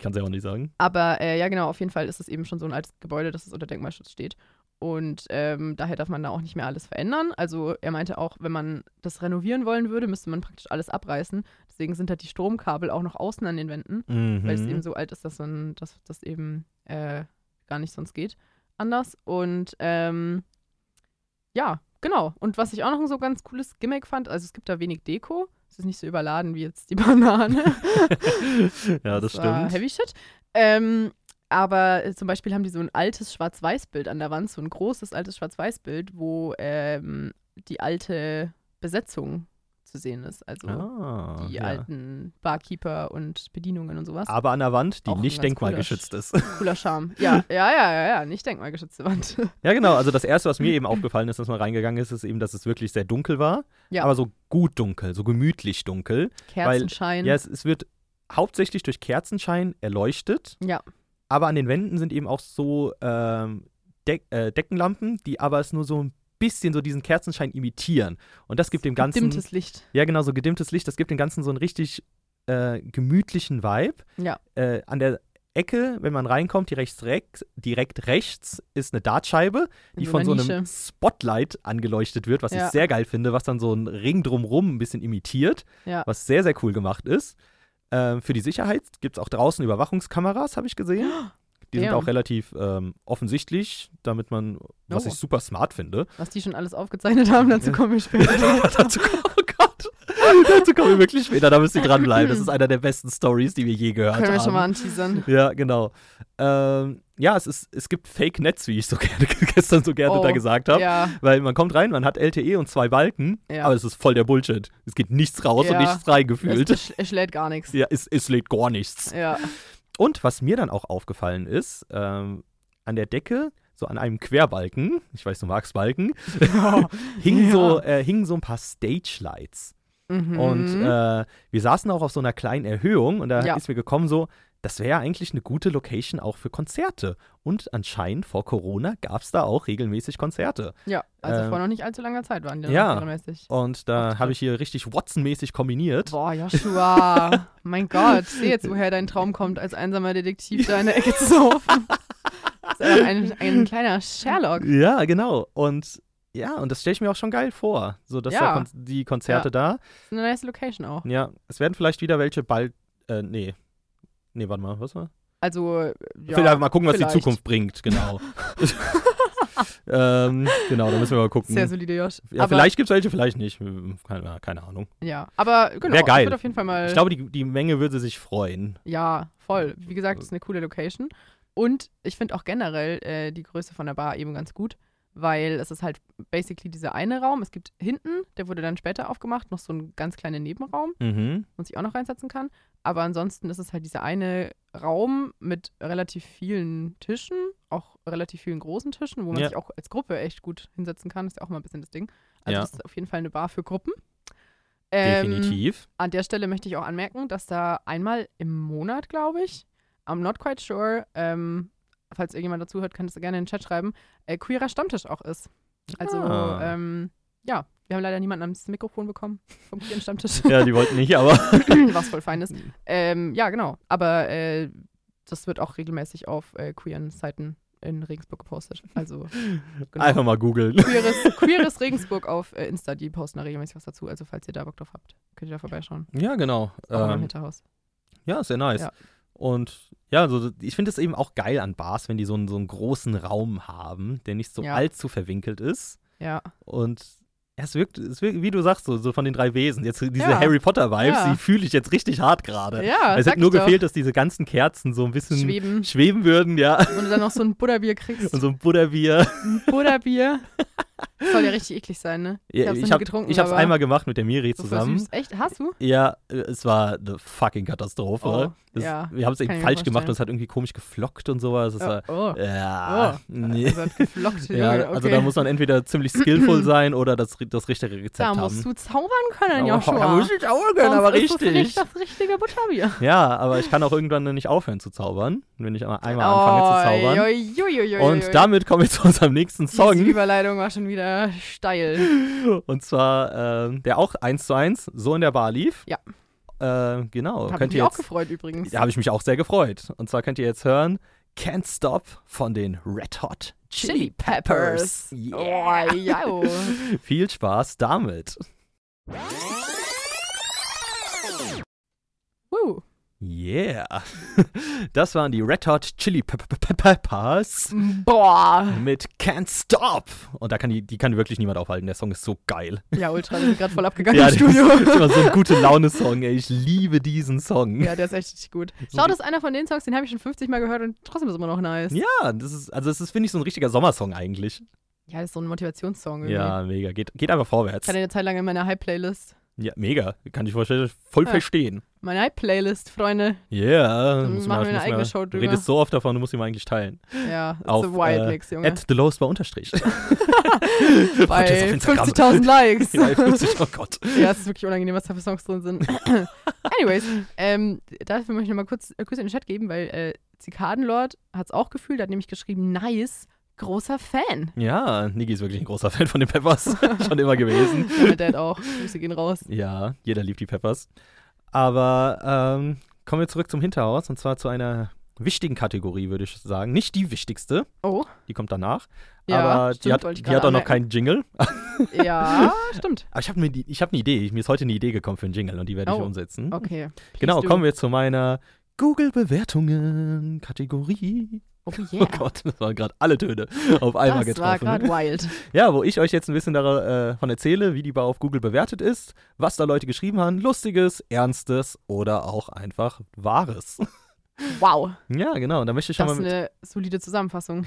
Kann's ja auch nicht sagen. Aber äh, ja, genau, auf jeden Fall ist es eben schon so ein altes Gebäude, dass es unter Denkmalschutz steht. Und ähm, daher darf man da auch nicht mehr alles verändern. Also er meinte auch, wenn man das renovieren wollen würde, müsste man praktisch alles abreißen. Deswegen sind da die Stromkabel auch noch außen an den Wänden, weil Mhm. es eben so alt ist, dass man dass das eben äh, gar nicht sonst geht anders. Und ähm, ja, genau. Und was ich auch noch ein so ganz cooles Gimmick fand, also es gibt da wenig Deko. Es ist nicht so überladen wie jetzt die Banane. ja, das war stimmt. Heavy Shit. Ähm, aber äh, zum Beispiel haben die so ein altes Schwarz-Weiß-Bild an der Wand, so ein großes altes Schwarz-Weiß-Bild, wo ähm, die alte Besetzung zu sehen ist. Also Ah, die ja. alten Barkeeper und Bedienungen und sowas. Aber an der Wand, die Auch ein nicht ganz cooler denkmalgeschützt ist. Cooler Charme. Ja, ja, ja, ja, ja. Nicht denkmalgeschützte Wand. ja, genau. Also das Erste, was mir eben aufgefallen ist, dass man reingegangen ist, ist eben, dass es wirklich sehr dunkel war. Ja. Aber so gut dunkel, so gemütlich dunkel. Kerzenschein. Ja, es, es wird hauptsächlich durch Kerzenschein erleuchtet. Ja. Aber an den Wänden sind eben auch so ähm, Deck, äh, Deckenlampen, die aber es nur so ein bisschen so diesen Kerzenschein imitieren. Und das gibt dem Ganzen. Dimmtes Licht. Ja, genau, so gedimmtes Licht, das gibt dem Ganzen so einen richtig äh, gemütlichen Vibe. Ja. Äh, an der Ecke, wenn man reinkommt, die rechts, rechts, direkt rechts ist eine Dartscheibe, In die so von einer so Nische. einem Spotlight angeleuchtet wird, was Ja. ich sehr geil finde, was dann so einen Ring drumrum ein bisschen imitiert Ja. was sehr, sehr cool gemacht ist. Ähm, für die Sicherheit gibt es auch draußen Überwachungskameras, habe ich gesehen. Die sind Damn. auch relativ ähm, offensichtlich, damit man, was Oh. ich super smart finde. Was die schon alles aufgezeichnet haben, dazu kommen wir später. Dazu, oh Gott. Dazu kommen wir wirklich später, da müsst ihr dranbleiben. Das ist einer der besten Stories, die wir je gehört Können wir haben. schon mal anteasern. ja, genau. Ähm, ja, es, ist, es gibt Fake-Netz, wie ich so gerne gestern so gerne Oh, da gesagt habe. Ja. Weil man kommt rein, man hat LTE und zwei Balken, Ja. aber es ist voll der Bullshit. Es geht nichts raus Ja. und nichts reingefühlt. Es, es lädt gar nichts. Ja, es, es lädt gar nichts. Ja. Und was mir dann auch aufgefallen ist, ähm, an der Decke, so an einem Querbalken, ich weiß, du magst Balken, hingen, Ja. so, äh, hingen so ein paar Stage-Lights. Mhm. Und äh, wir saßen auch auf so einer kleinen Erhöhung und da Ja. ist mir gekommen so, das wäre ja eigentlich eine gute Location auch für Konzerte. Und anscheinend vor Corona gab es da auch regelmäßig Konzerte. Ja, also Ähm, vor noch nicht allzu langer Zeit waren die ja. noch regelmäßig. Und Ach, da habe ich hier richtig Watson-mäßig kombiniert. Boah, Joshua, mein Gott, sehe jetzt, woher dein Traum kommt, als einsamer Detektiv da in der Ecke zu saufen. Das ist einfach ein, ein kleiner Sherlock. Ja, genau. Und ja, und das stelle ich mir auch schon geil vor. So, dass Ja. da kon die Konzerte Ja. da. Das ist eine nice Location auch. Ja, es werden vielleicht wieder welche bald. Äh, nee. Nee, warte mal, was war? Also, äh, ja, vielleicht mal gucken, was vielleicht. die Zukunft bringt, genau. ähm, genau, da müssen wir mal gucken. Sehr solide, Josh. ja, aber, vielleicht gibt es welche, vielleicht nicht. Hm, Keine, keine Ahnung. Ja, aber genau, Wär ich geil. würde auf jeden Fall mal. Ich glaube, die, die Menge würde sich freuen. ja, voll. Wie gesagt, es ist eine coole Location. Und ich finde auch generell äh, die Größe von der Bar eben ganz gut, weil es ist halt basically dieser eine Raum. Es gibt hinten, der wurde dann später aufgemacht, noch so einen ganz kleinen Nebenraum. Mhm. und sich auch noch reinsetzen kann. Aber ansonsten ist es halt dieser eine Raum mit relativ vielen Tischen, auch relativ vielen großen Tischen, wo man Ja. sich auch als Gruppe echt gut hinsetzen kann. Ist ja auch mal ein bisschen das Ding. Also Ja. das ist auf jeden Fall eine Bar für Gruppen. Ähm, Definitiv. An der Stelle möchte ich auch anmerken, dass da einmal im Monat, glaube ich, I'm not quite sure, ähm, falls irgendjemand dazu hört, kann das gerne in den Chat schreiben, äh, queerer Stammtisch auch ist. Also, Ah. ähm, ja, wir haben leider niemanden ans Mikrofon bekommen vom queeren Stammtisch. Ja, die wollten nicht, aber. was voll fein ist. Mhm. Ähm, ja, genau. Aber äh, das wird auch regelmäßig auf äh, queeren Seiten in Regensburg gepostet. Also genau. Einfach mal googeln. Queeres, Queeres Regensburg auf äh, Insta, die posten da regelmäßig was dazu. Also falls ihr da Bock drauf habt, könnt ihr da vorbeischauen. Ja, genau. Auch mal im Ähm, Hinterhaus. ja, sehr nice. Ja. Und ja, also ich finde es eben auch geil an Bars, wenn die so einen, so einen großen Raum haben, der nicht so Ja. allzu verwinkelt ist. Ja. Und ja, es wirkt, es wirkt wie du sagst, so, so von den drei Wesen. Jetzt diese Ja. Harry Potter-Vibes, Ja. die fühle ich jetzt richtig hart gerade. Ja, es sag hätte nur ich doch. gefehlt, dass diese ganzen Kerzen so ein bisschen schweben, Schweben. würden, ja. Und du dann noch so ein Butterbier kriegst. Und so ein Buddha-Bier. Ein Butterbier. Das soll ja richtig eklig sein, ne? Ja, hab's noch ich nie habe getrunken, es aber einmal gemacht mit der Miri so voll zusammen. süß. Echt? Hast du? Ja, äh, es war eine fucking Katastrophe. Oh, das, ja, wir haben es kann eben ich mir falsch vorstellen. gemacht und es hat irgendwie komisch geflockt und sowas. Das Ja. war, Oh. ja, nee. Also hat geflockt. ja, Junge, also okay. da muss man entweder ziemlich skillful sein oder das, ri- das richtige Rezept Da haben. musst du zaubern können, Aber- Joshua. Da muss ich zaubern können, Sonst aber ist das richtig. nicht das richtige Butterbier. Ja, aber ich kann auch irgendwann nicht aufhören zu zaubern, wenn ich einmal, einmal anfange zu zaubern. Oi, Und damit kommen wir zu unserem nächsten Diese Song. Überleitung war schon wieder steil. Und zwar, ähm, der auch eins zu eins so in der Bar lief. Ja. Äh, genau. Hab Könnt mich ihr auch jetzt, gefreut übrigens. Da habe ich mich auch sehr gefreut. Und zwar könnt ihr jetzt hören Can't Stop von den Red Hot Chili Peppers. Yeah. Oh, ja, oh. Viel Spaß damit. Woo. Yeah. Das waren die Red Hot Chili Pe- Pe- Pe- Peppers Boah. mit Can't Stop. Und da kann die, die kann wirklich niemand aufhalten. Der Song ist so geil. Ja, Ultra, wir sind gerade voll abgegangen Ja, im das ist Studio. immer so ein gute Laune-Song. ey. Ich liebe diesen Song. Ja, der ist echt richtig gut. So Schau, wie- das ist einer von den Songs, den habe ich schon 50 Mal gehört und trotzdem ist es immer noch nice. Ja, das ist, also das ist, finde ich, so ein richtiger Sommersong eigentlich. Ja, das ist so ein Motivationssong irgendwie. Ja, mega. Geht, geht einfach vorwärts. Ich hatte eine Zeit lang in meiner High-Playlist. Ja, mega. Kann ich vorstellen, voll Ja. verstehen. Meine High-Playlist, Freunde. Yeah. Dann muss ich machen mal- wir eine muss ich eigene mal- Show Du drüber. redest so oft davon, du musst ihn mal eigentlich teilen. Ja, it's Auf, a wild äh, mix, Junge. At the lowest unterstrich. Bei Protest auf Instagram. 50.000 Likes. ja, 50, oh Gott. Ja, es ist wirklich unangenehm, was da für Songs drin sind. Anyways, ähm, dafür möchte ich nochmal kurz äh, Grüße in den Chat geben, weil äh, Zikadenlord hat es auch gefühlt, hat nämlich geschrieben, nice, großer Fan. Ja, Niki ist wirklich ein großer Fan von den Peppers. Schon immer gewesen. Mein Dad auch. Grüße gehen raus. Ja, jeder liebt die Peppers. Aber ähm, kommen wir zurück zum Hinterhaus und zwar zu einer wichtigen Kategorie, würde ich sagen. Nicht die wichtigste, Oh, die kommt danach. Ja, aber stimmt, die wollte hat, ich die gerade hat auch noch anmerken. keinen Jingle. ja, stimmt. Aber ich habe hab eine Idee. Mir ist heute eine Idee gekommen für einen Jingle und die werde ich Oh, umsetzen. Okay. Genau, do. kommen wir zu meiner Google-Bewertungen-Kategorie. Oh Oh yeah. Gott, das waren gerade alle Töne auf einmal das war getroffen. ne? gerade wild. Ja, wo ich euch jetzt ein bisschen davon erzähle, wie die Bar auf Google bewertet ist, was da Leute geschrieben haben, Lustiges, Ernstes oder auch einfach Wahres. Wow. Ja, genau. Und da möchte ich schon Das mal ist mit, eine solide Zusammenfassung.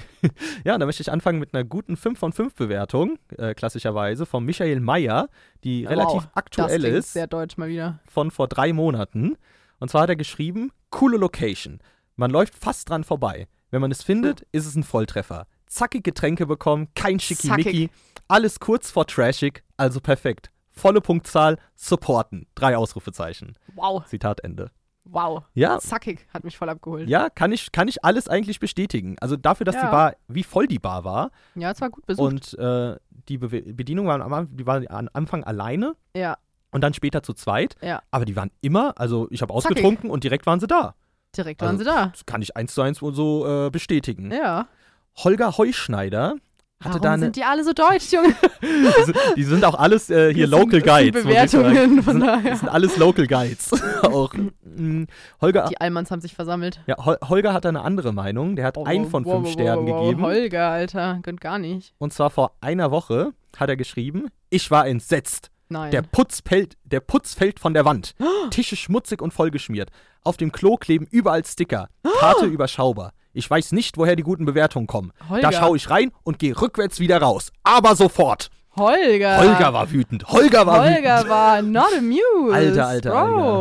ja, da möchte ich anfangen mit einer guten 5 von 5 Bewertung, äh, klassischerweise, von Michael Mayer, die relativ wow. das aktuell klingt ist. sehr deutsch mal wieder. von vor drei Monaten. Und zwar hat er geschrieben, coole Location. Man läuft fast dran vorbei. Wenn man es findet, Hm. ist es ein Volltreffer. Zackig Getränke bekommen, kein Schickimicki. Zackig. Alles kurz vor trashig, also perfekt. Volle Punktzahl, supporten. Drei Ausrufezeichen. Wow, Zitat Ende. wow. Ja, Zackig hat mich voll abgeholt. ja kann, ich, kann ich alles eigentlich bestätigen. Also dafür, dass die Ja. Bar, wie voll die Bar war. Ja, es war gut besucht. Und äh, die Be Bedienung war am, Anfang- die war am Anfang alleine ja, und dann später zu zweit. ja. Aber die waren immer, also ich habe Zackig. ausgetrunken und direkt waren sie da. Direkt Also- waren sie da. Das kann ich eins zu eins wohl so äh, bestätigen. Ja. Holger Heuschneider hatte Warum da eine. sind die alle so deutsch, Junge? Die sind, die sind auch alles äh, hier Das sind- Local das sind die Guides. muss ich sagen. Bewertungen, Das sind, von daher. das sind alles Local Guides. auch, mm, Holger, Die Allmanns haben sich versammelt. ja, Hol Holger hat da eine andere Meinung. Der hat ein von fünf Sternen gegeben. Holger, Alter, gönnt gar nicht. Und zwar vor einer Woche hat er geschrieben: Ich war entsetzt. Nein. Der Putz, fällt, der Putz fällt von der Wand. Tische schmutzig und vollgeschmiert. Auf dem Klo kleben überall Sticker. Karte überschaubar. Ich weiß nicht, woher die guten Bewertungen kommen. Holger. Da schaue ich rein und gehe rückwärts wieder raus. Aber sofort. Holger. Holger war wütend. Holger war Äh. wütend. Holger war not amused. Alter, alter, Bro.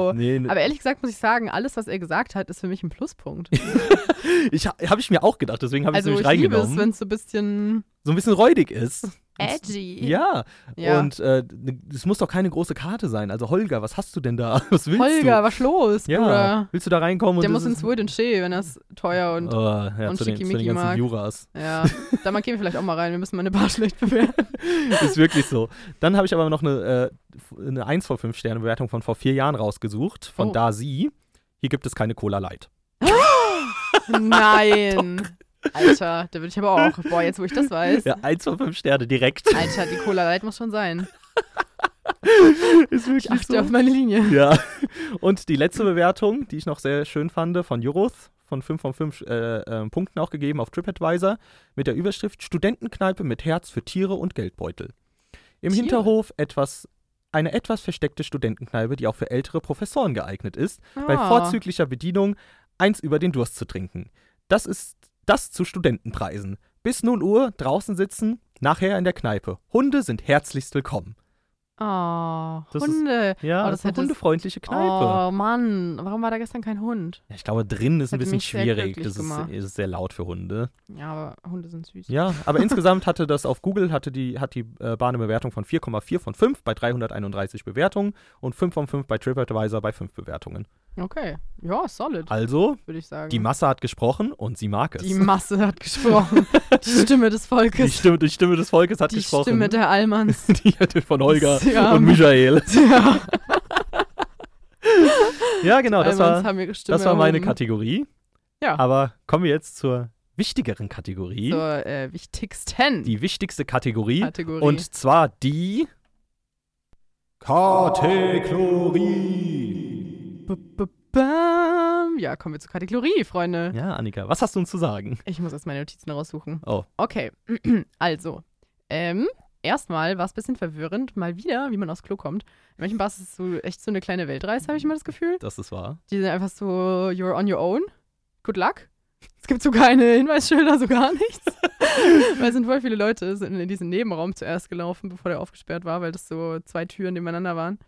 Alter. Nee, ne. nee. Aber ehrlich gesagt muss ich sagen, alles, was er gesagt hat, ist für mich ein Pluspunkt. Ich, habe ich mir auch gedacht, deswegen habe ich also es ich nämlich liebe es, reingenommen. wenn es so ein bisschen so ein bisschen räudig ist. edgy. Ja. Ja. Und äh, es muss doch keine große Karte sein. Also Holger, was hast du denn da? Was willst Holger, du? was los, Ja. Bruder? Willst du da reinkommen? Der und muss das ins Wood and Shea, wenn das teuer ist, und oh, ja, und zu, den, zu den Schickimicki ganzen mag. Juras. ja. Da markieren wir vielleicht auch mal rein. Wir müssen mal eine Bar schlecht bewerten. Ist wirklich so. Dann habe ich aber noch eine, äh, eine 1 vor 5 Sterne Bewertung von vor vier Jahren rausgesucht, von Oh. Da Sie. Hier gibt es keine Cola Light. Nein. Alter, da würde ich aber auch. Boah, jetzt wo ich das weiß. Ja, eins von fünf Sterne direkt. Alter, die Cola Light muss schon sein. Ist Ich achte auf meine Linie. Ja. Und die letzte Bewertung, die ich noch sehr schön fand, von Juroth, von 5 von 5 äh, äh, Punkten auch gegeben auf TripAdvisor, mit der Überschrift Studentenkneipe mit Herz für Tiere und Geldbeutel. Im Tiere? Hinterhof etwas, eine etwas versteckte Studentenkneipe, die auch für ältere Professoren geeignet ist, bei Ah. vorzüglicher Bedienung eins über den Durst zu trinken. Das ist das zu Studentenpreisen. Bis 0 Uhr draußen sitzen, nachher in der Kneipe. Hunde sind herzlichst willkommen. Oh, Das ist- Hunde. Ja, oh, das ist eine hätte- hundefreundliche Kneipe. Oh Mann, warum war da gestern kein Hund? Ja, ich glaube, drin ist Hätte ein bisschen mich sehr schwierig. glücklich Das ist, gemacht. ist sehr laut für Hunde. Ja, aber Hunde sind süß. Ja, aber insgesamt hatte das auf Google, hatte die, hat die äh, Bahn eine Bewertung von 4,4 von 5 bei 331 Bewertungen und 5 von 5 bei TripAdvisor bei 5 Bewertungen. Okay. Ja, solid, Also, würde ich sagen. die Masse hat gesprochen und sie mag es. Die Masse hat gesprochen. die Stimme des die, Volkes. Stimme, die Stimme des Volkes hat Die, gesprochen. Stimme der Allmanns. die von Holger Sie haben- und Michael. ja, Ja, genau, das Allmanns war, haben ihre Stimme das war meine erhoben. Kategorie. Ja. Aber kommen wir jetzt zur wichtigeren Kategorie. Zur äh, wichtigsten Die wichtigste Kategorie. Kategorie. Und zwar die Kategorie. B -b Bam. Ja, kommen wir zur Kategorie, Freunde. Ja, Annika, was hast du uns zu sagen? Ich muss erst meine Notizen raussuchen. Oh. Okay, also. Ähm, erstmal war es ein bisschen verwirrend, mal wieder, wie man aufs Klo kommt. In manchen Bars ist es so, echt so eine kleine Weltreise, habe ich immer das Gefühl. Das ist wahr. Die sind einfach so, you're on your own. Good luck. Es gibt so keine Hinweisschilder, so gar nichts. weil es sind voll viele Leute, sind in diesen Nebenraum zuerst gelaufen, bevor der aufgesperrt war, weil das so zwei Türen nebeneinander waren.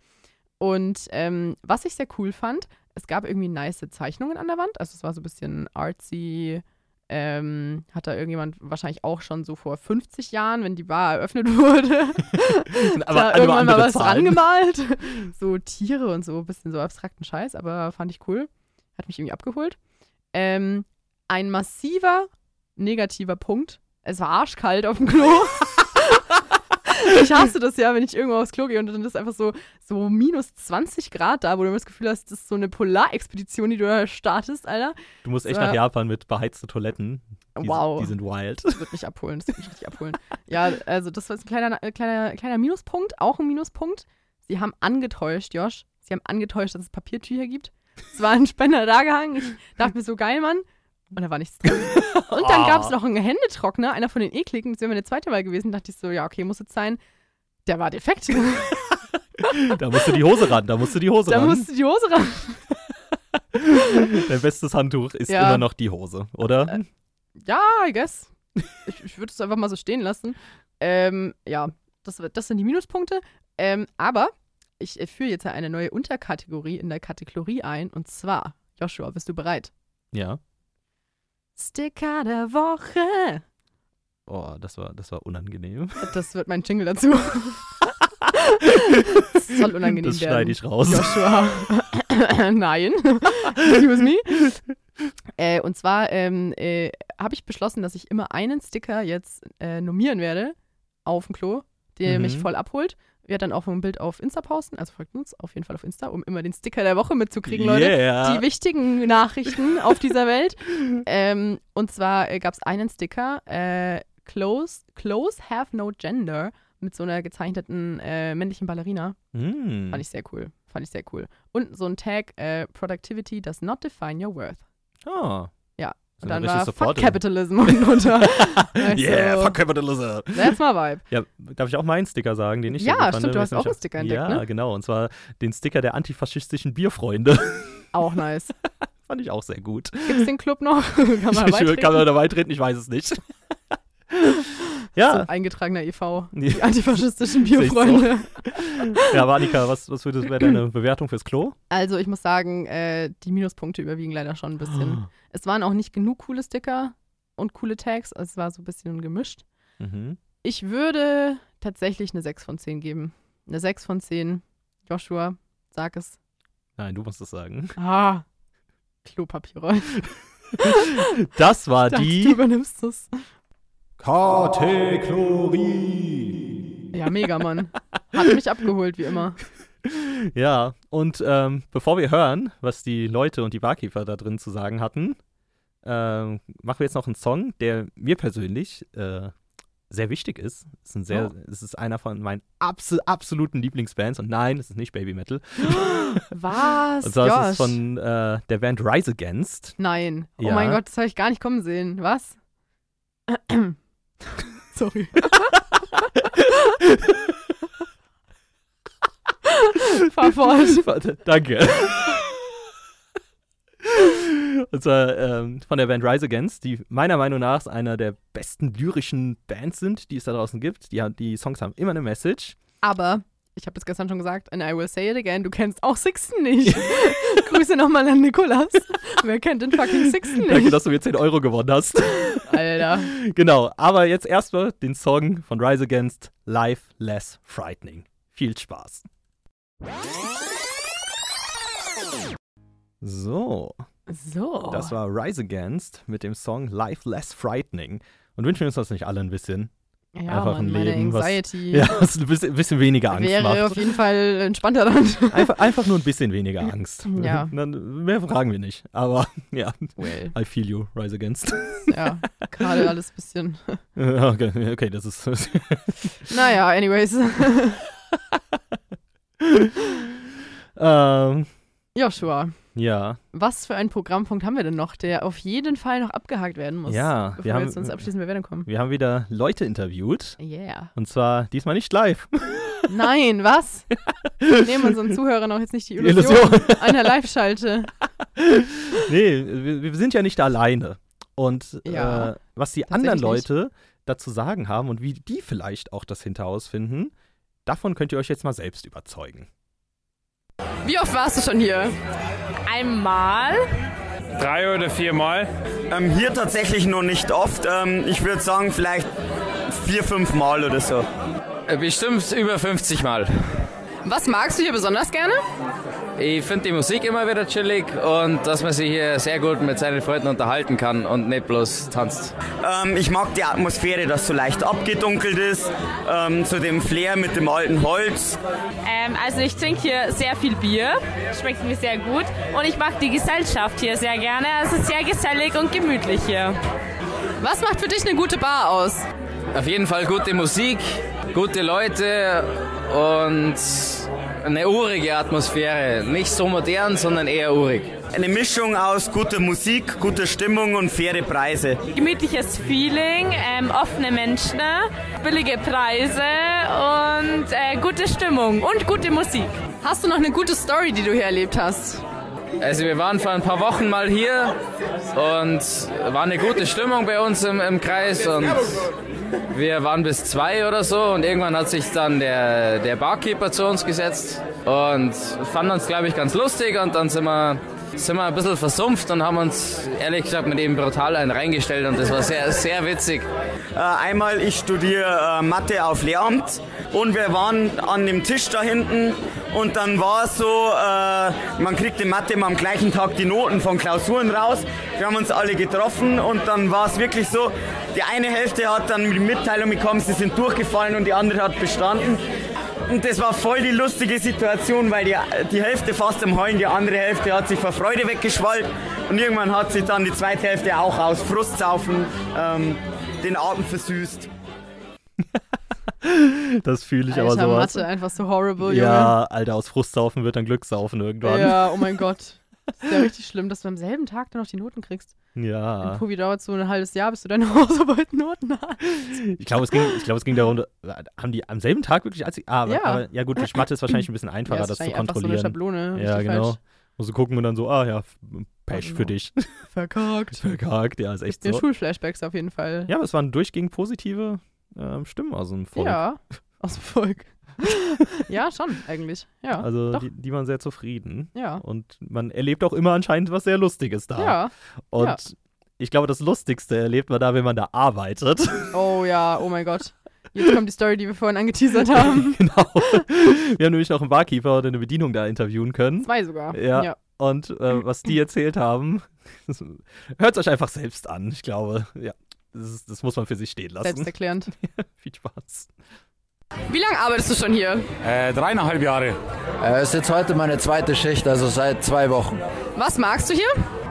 Und ähm, was ich sehr cool fand, es gab irgendwie nice Zeichnungen an der Wand. Also es war so ein bisschen artsy. Ähm, hat da irgendjemand wahrscheinlich auch schon so vor 50 Jahren, wenn die Bar eröffnet wurde, da irgendwann mal was rangemalt. So Tiere und so, ein bisschen so abstrakten Scheiß, aber fand ich cool. Hat mich irgendwie abgeholt. Ähm, ein massiver negativer Punkt. Es war arschkalt auf dem Klo. Ich hasse das ja, wenn ich irgendwo aufs Klo gehe und dann ist einfach so, so minus 20 Grad da, wo du immer das Gefühl hast, das ist so eine Polarexpedition, die du da startest, Alter. Du musst echt Ja. nach Japan mit beheizten Toiletten. Die, Wow. Die sind wild. Das wird mich abholen, das wird mich richtig abholen. Ja, also das war jetzt ein kleiner, äh, kleiner, kleiner Minuspunkt, auch ein Minuspunkt. Sie haben angetäuscht, Josh. Sie haben angetäuscht, dass es Papiertücher gibt. Es war ein Spender da gehangen. Ich dachte mir so, geil, Mann. Und da war nichts drin. Und dann Ah. gab es noch einen Händetrockner, einer von den ekligen. Das wäre meine zweite Mal gewesen. Dachte ich so, ja, okay, muss jetzt sein. Der war defekt. Da musst du die Hose ran, da musst du die Hose da ran. musste die Hose ran. Dein bestes Handtuch ist Ja. Äh. immer noch die Hose, oder? Ja, I guess. Ich, ich würde es einfach mal so stehen lassen. Ähm, ja, das, wird- das sind die Minuspunkte. Ähm, aber ich äh, führe jetzt eine neue Unterkategorie in der Kategorie ein. Und zwar, Joshua, bist du bereit? Ja. Sticker der Woche. Oh, das war, das war unangenehm. Das wird mein Jingle dazu. das soll unangenehm Das werden. schneide ich raus. Joshua. Nein. Excuse me. Äh, und zwar ähm, äh, habe ich beschlossen, dass ich immer einen Sticker jetzt äh, nomieren werde auf dem Klo, der Mhm. mich voll abholt. Werde dann auch ein Bild auf Insta posten, also folgt uns auf jeden Fall auf Insta, um immer den Sticker der Woche mitzukriegen, Leute. Yeah. Die wichtigen Nachrichten auf dieser Welt. Ähm, und zwar äh, gab es einen Sticker, äh, Close, Close Have No Gender, mit so einer gezeichneten äh, männlichen Ballerina. Hm. Fand ich sehr cool. Fand ich sehr cool. Und so ein Tag, äh, Productivity does not define your worth. Ah. Ja, So Und eine dann war richtige Fuck Supporterin. Capitalism unten drunter. War ich Yeah, so, fuck capitalism. That's my vibe. Ja, darf ich auch meinen Sticker sagen, den ich Ja, sehr gut fand, stimmt, du weil hast ich auch nämlich einen Sticker entdeckt, Ja, ne? genau, und zwar den Sticker der antifaschistischen Bierfreunde. Auch nice. fand ich auch sehr gut. Gibt's den Club noch? Kann man ich, beitreten? kann man da beitreten? Ich weiß es nicht. ja, So eingetragener e.V. Ja. Die antifaschistischen Sehe ich Bierfreunde. ja, aber Annika, was, was würdest wäre deine Bewertung fürs Klo? Also ich muss sagen, äh, die Minuspunkte überwiegen leider schon ein bisschen. es waren auch nicht genug coole Sticker und coole Tags. Also es war so ein bisschen gemischt. Mhm. Ich würde tatsächlich eine 6 von 10 geben. Eine 6 von 10. Joshua, sag es. Nein, du musst es sagen. Ah. Klopapierrollen. Das war Dachte, Du die. übernimmst es. Kategorie. Ja, mega, Mann. Hat mich abgeholt, wie immer. Ja, und ähm, bevor wir hören, was die Leute und die Barkeeper da drin zu sagen hatten, ähm, machen wir jetzt noch einen Song, der mir persönlich äh, sehr wichtig ist. Es ist, ein sehr, Oh. es ist einer von meinen abso absoluten Lieblingsbands. Und nein, es ist nicht Baby Metal. Was? Und zwar ist Josh? es von äh, der Band Rise Against. Nein. Oh Ja. mein Gott, das habe ich gar nicht kommen sehen. Was? Sorry. Fahr fort. Warte, Danke. Und zwar ähm, von der Band Rise Against, die meiner Meinung nach einer der besten lyrischen Bands sind, die es da draußen gibt. Die, haben- die Songs haben immer eine Message. Aber ich habe es gestern schon gesagt, and I will say it again, du kennst auch Sixten nicht. Grüße nochmal an Nikolas. Wer kennt den fucking Sixten Danke, nicht? dass du mir 10 Euro gewonnen hast. Alter. genau, aber jetzt erstmal den Song von Rise Against, Life Less Frightening. Viel Spaß. So, So. das war Rise Against mit dem Song Life Less Frightening. Und wünschen wir uns das nicht alle ein bisschen. ja, einfach ein Mann, meine Leben, was- Anxiety Ja, dass es ein bisschen, bisschen weniger Angst wäre macht. auf jeden Fall entspannter dann. Einfach, einfach nur ein bisschen weniger Angst. Ja. Dann, mehr fragen wir nicht. Aber ja, Well. I feel you, Rise Against. Ja, gerade alles ein bisschen. okay, okay, das ist. Naja, anyways. ähm, Joshua. ja. Was für einen Programmpunkt haben wir denn noch, der auf jeden Fall noch abgehakt werden muss? Ja, bevor wir wir, haben- äh, jetzt zu uns abschließenden Bewertung kommen. Wir haben wieder Leute interviewt. Yeah. Und zwar diesmal nicht live. Nein, was? Wir nehmen unseren Zuhörern auch jetzt nicht die Illusion, einer Live-Schalte. nee, wir, wir sind ja nicht alleine. Und Ja, äh, was die tatsächlich anderen Leute dazu sagen haben und wie die vielleicht auch das Hinterhaus finden, davon könnt ihr euch jetzt mal selbst überzeugen. Wie oft warst du schon hier? Einmal. Drei oder viermal. Ähm, hier tatsächlich noch nicht oft. Ähm, ich würde sagen, vielleicht vier, fünf Mal oder so. Bestimmt über 50 Mal. Was magst du hier besonders gerne? Ich finde die Musik immer wieder chillig und dass man sich hier sehr gut mit seinen Freunden unterhalten kann und nicht bloß tanzt. Ähm, ich mag die Atmosphäre, dass so leicht abgedunkelt ist. Ähm, zu dem Flair mit dem alten Holz. Ähm, also ich trinke hier sehr viel Bier, schmeckt mir sehr gut und ich mag die Gesellschaft hier sehr gerne. Es ist sehr gesellig und gemütlich hier. Was macht für dich eine gute Bar aus? Auf jeden Fall gute Musik, gute Leute und eine urige Atmosphäre. Nicht so modern, sondern eher urig. Eine Mischung aus guter Musik, guter Stimmung und faire Preise. Gemütliches Feeling, ähm, offene Menschen, billige Preise und äh, gute Stimmung und gute Musik. Hast du noch eine gute Story, die du hier erlebt hast? Also wir waren vor ein paar Wochen mal hier und war eine gute Stimmung bei uns im, im Kreis und wir waren bis zwei oder so und irgendwann hat sich dann der, der Barkeeper zu uns gesetzt und fand uns, glaube ich, ganz lustig und dann sind wir, sind wir ein bisschen versumpft und haben uns, ehrlich gesagt, mit ihm brutal einen reingestellt und das war sehr, sehr witzig. Äh, einmal, ich studiere äh, Mathe auf Lehramt und wir waren an dem Tisch da hinten und dann war es so, äh, man kriegt in Mathe immer am gleichen Tag die Noten von Klausuren raus. Wir haben uns alle getroffen und dann war es wirklich so, die eine Hälfte hat dann die Mitteilung bekommen, sie sind durchgefallen und die andere hat bestanden. Und das war voll die lustige Situation, weil die, die Hälfte fast am Heulen, die andere Hälfte hat sich vor Freude weggeschwallt und irgendwann hat sich dann die zweite Hälfte auch aus Frustsaufen ähm, den Abend versüßt. Das fühle ich aber Alter, sowas. Mathe, einfach so horrible, Ja, Alter, aus Frustsaufen wird dann Glückssaufen irgendwann. Junge. Ja, oh mein Gott. Das ist ja richtig schlimm, dass du am selben Tag dann noch die Noten kriegst. Im Ja. Provi dauert so ein halbes Jahr, bis du deine Hausarbeit Noten hast. Ich glaube, es ging, ich glaube, es ging darum, haben die am selben Tag wirklich als ich, ah, aber, Ja. aber ja gut, durch Mathe ist wahrscheinlich ein bisschen einfacher, ist das zu wahrscheinlich eh einfach so kontrollieren. eine Schablone. ja, richtig genau. Falsch. Genau. Musst du gucken und dann so, ah ja, f- Pech für dich. Verkackt. Verkackt, ja, ist echt Ja, so. Schulflashbacks auf jeden Fall. Ja, aber es waren durchgehend positive ähm, Stimmen aus dem Volk. Ja, aus dem Volk. ja, schon, eigentlich. Ja, also doch. die, die waren sehr zufrieden. ja. Und man erlebt auch immer anscheinend was sehr Lustiges da. Ja. und ja. ich glaube, das Lustigste erlebt man da, wenn man da arbeitet. Oh ja, oh mein Gott. Jetzt kommt die Story, die wir vorhin angeteasert haben. genau. Wir haben nämlich noch einen Barkeeper oder eine Bedienung da interviewen können. Zwei sogar. Ja. Und äh, was die erzählt haben, hört es euch einfach selbst an, ich glaube. Ja, das, ist, das muss man für sich stehen lassen. selbsterklärend. Viel Spaß. Wie lange arbeitest du schon hier? Äh, dreieinhalb Jahre. Äh, ist jetzt heute meine zweite Schicht, also seit zwei Wochen. Was magst du hier?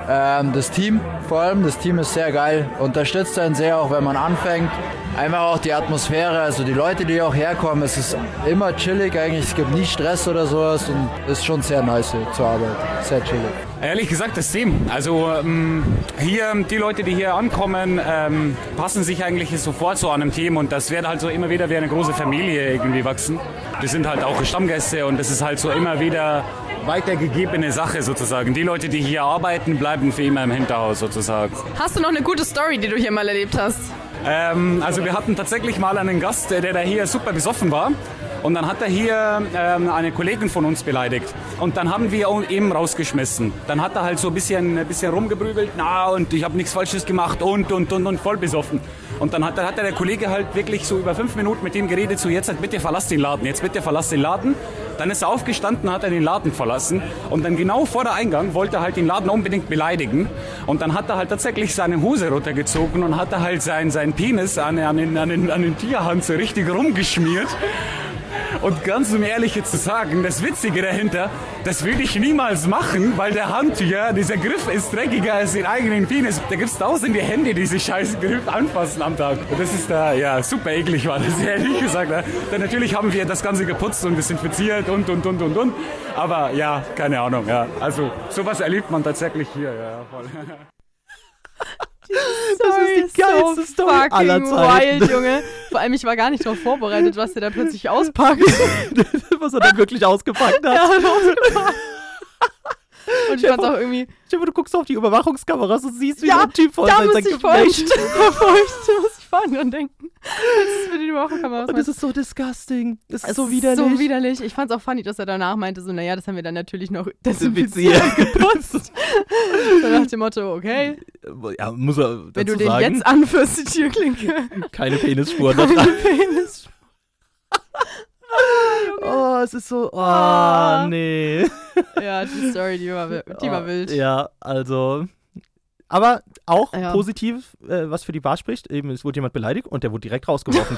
Ähm, das Team, vor allem das Team ist sehr geil, unterstützt einen sehr auch, wenn man anfängt. Einfach auch die Atmosphäre, also die Leute, die auch herkommen, es ist immer chillig eigentlich, es gibt nie Stress oder sowas und ist schon sehr nice hier zur Arbeit, sehr chillig. Ehrlich gesagt, das Team. Also ähm, hier, die Leute, die hier ankommen, ähm, passen sich eigentlich sofort so an einem Team und das wird halt so immer wieder wie eine große Familie irgendwie wachsen. Die sind halt auch Stammgäste und das ist halt so immer wieder weitergegebene Sache sozusagen. Die Leute, die hier arbeiten, bleiben für immer im Hinterhaus sozusagen. Hast du noch eine gute Story, die du hier mal erlebt hast? Ähm, also wir hatten tatsächlich mal einen Gast, der da hier super besoffen war. Und dann hat er hier ähm, eine Kollegin von uns beleidigt. Und dann haben wir ihn rausgeschmissen. Dann hat er halt so ein bisschen, ein bisschen rumgeprügelt. Na, und ich habe nichts Falsches gemacht und, und, und, und voll besoffen. Und dann hat, dann hat der Kollege halt wirklich so über fünf Minuten mit ihm geredet, so jetzt halt bitte verlass den Laden, jetzt bitte verlass den Laden. Dann ist er aufgestanden, hat er den Laden verlassen und dann genau vor der Eingang wollte er halt den Laden unbedingt beleidigen. Und dann hat er halt tatsächlich seine Hose runtergezogen und hat er halt seinen, seinen Penis an, an, den, an, den, an den Tierhand so richtig rumgeschmiert. Und ganz um ehrlich jetzt zu sagen, das Witzige dahinter, das würde ich niemals machen, weil der Handtücher, dieser Griff ist dreckiger als den eigenen Penis. Da gibt's tausend die Hände, die sich scheiß Griff anfassen am Tag. Und das ist da, ja, super eklig war das, ehrlich gesagt. Ne? Denn natürlich haben wir das Ganze geputzt und desinfiziert und, und, und, und, und. Aber ja, keine Ahnung, ja. Also, sowas erlebt man tatsächlich hier, ja, voll. Sorry, ist die geilste so Story fucking aller Zeiten. wild, Junge. Vor allem, ich war gar nicht darauf vorbereitet, was der da plötzlich auspackt. was er dann wirklich ausgepackt hat. Der hat ausgepackt. Und genau. ich fand's auch irgendwie, Stell dir vor, du guckst auf die Überwachungskameras und siehst, wie Ja, so ein Typ vor da seinem muss ich Sekretär feucht, da feucht, da muss ich vorhin dran denken. Das ist für die Überwachungskamera. Und das ist so disgusting. Das ist Es so ist widerlich. So widerlich. Ich fand's auch funny, dass er danach meinte, so, naja, das haben wir dann natürlich noch desinfiziert. Desinfiziert. geputzt. so nach dem Motto, okay, Ja, muss er dazu wenn du den sagen, jetzt anführst, die Türklinke. keine Penisspuren da Keine dran. Penis. Oh, es ist so. Oh, Ah. nee. Ja, die Story, die war, wi- die war Oh, wild. Ja, also. Aber auch Ja. positiv, äh, was für die Wahl spricht. Eben, es wurde jemand beleidigt und der wurde direkt rausgeworfen,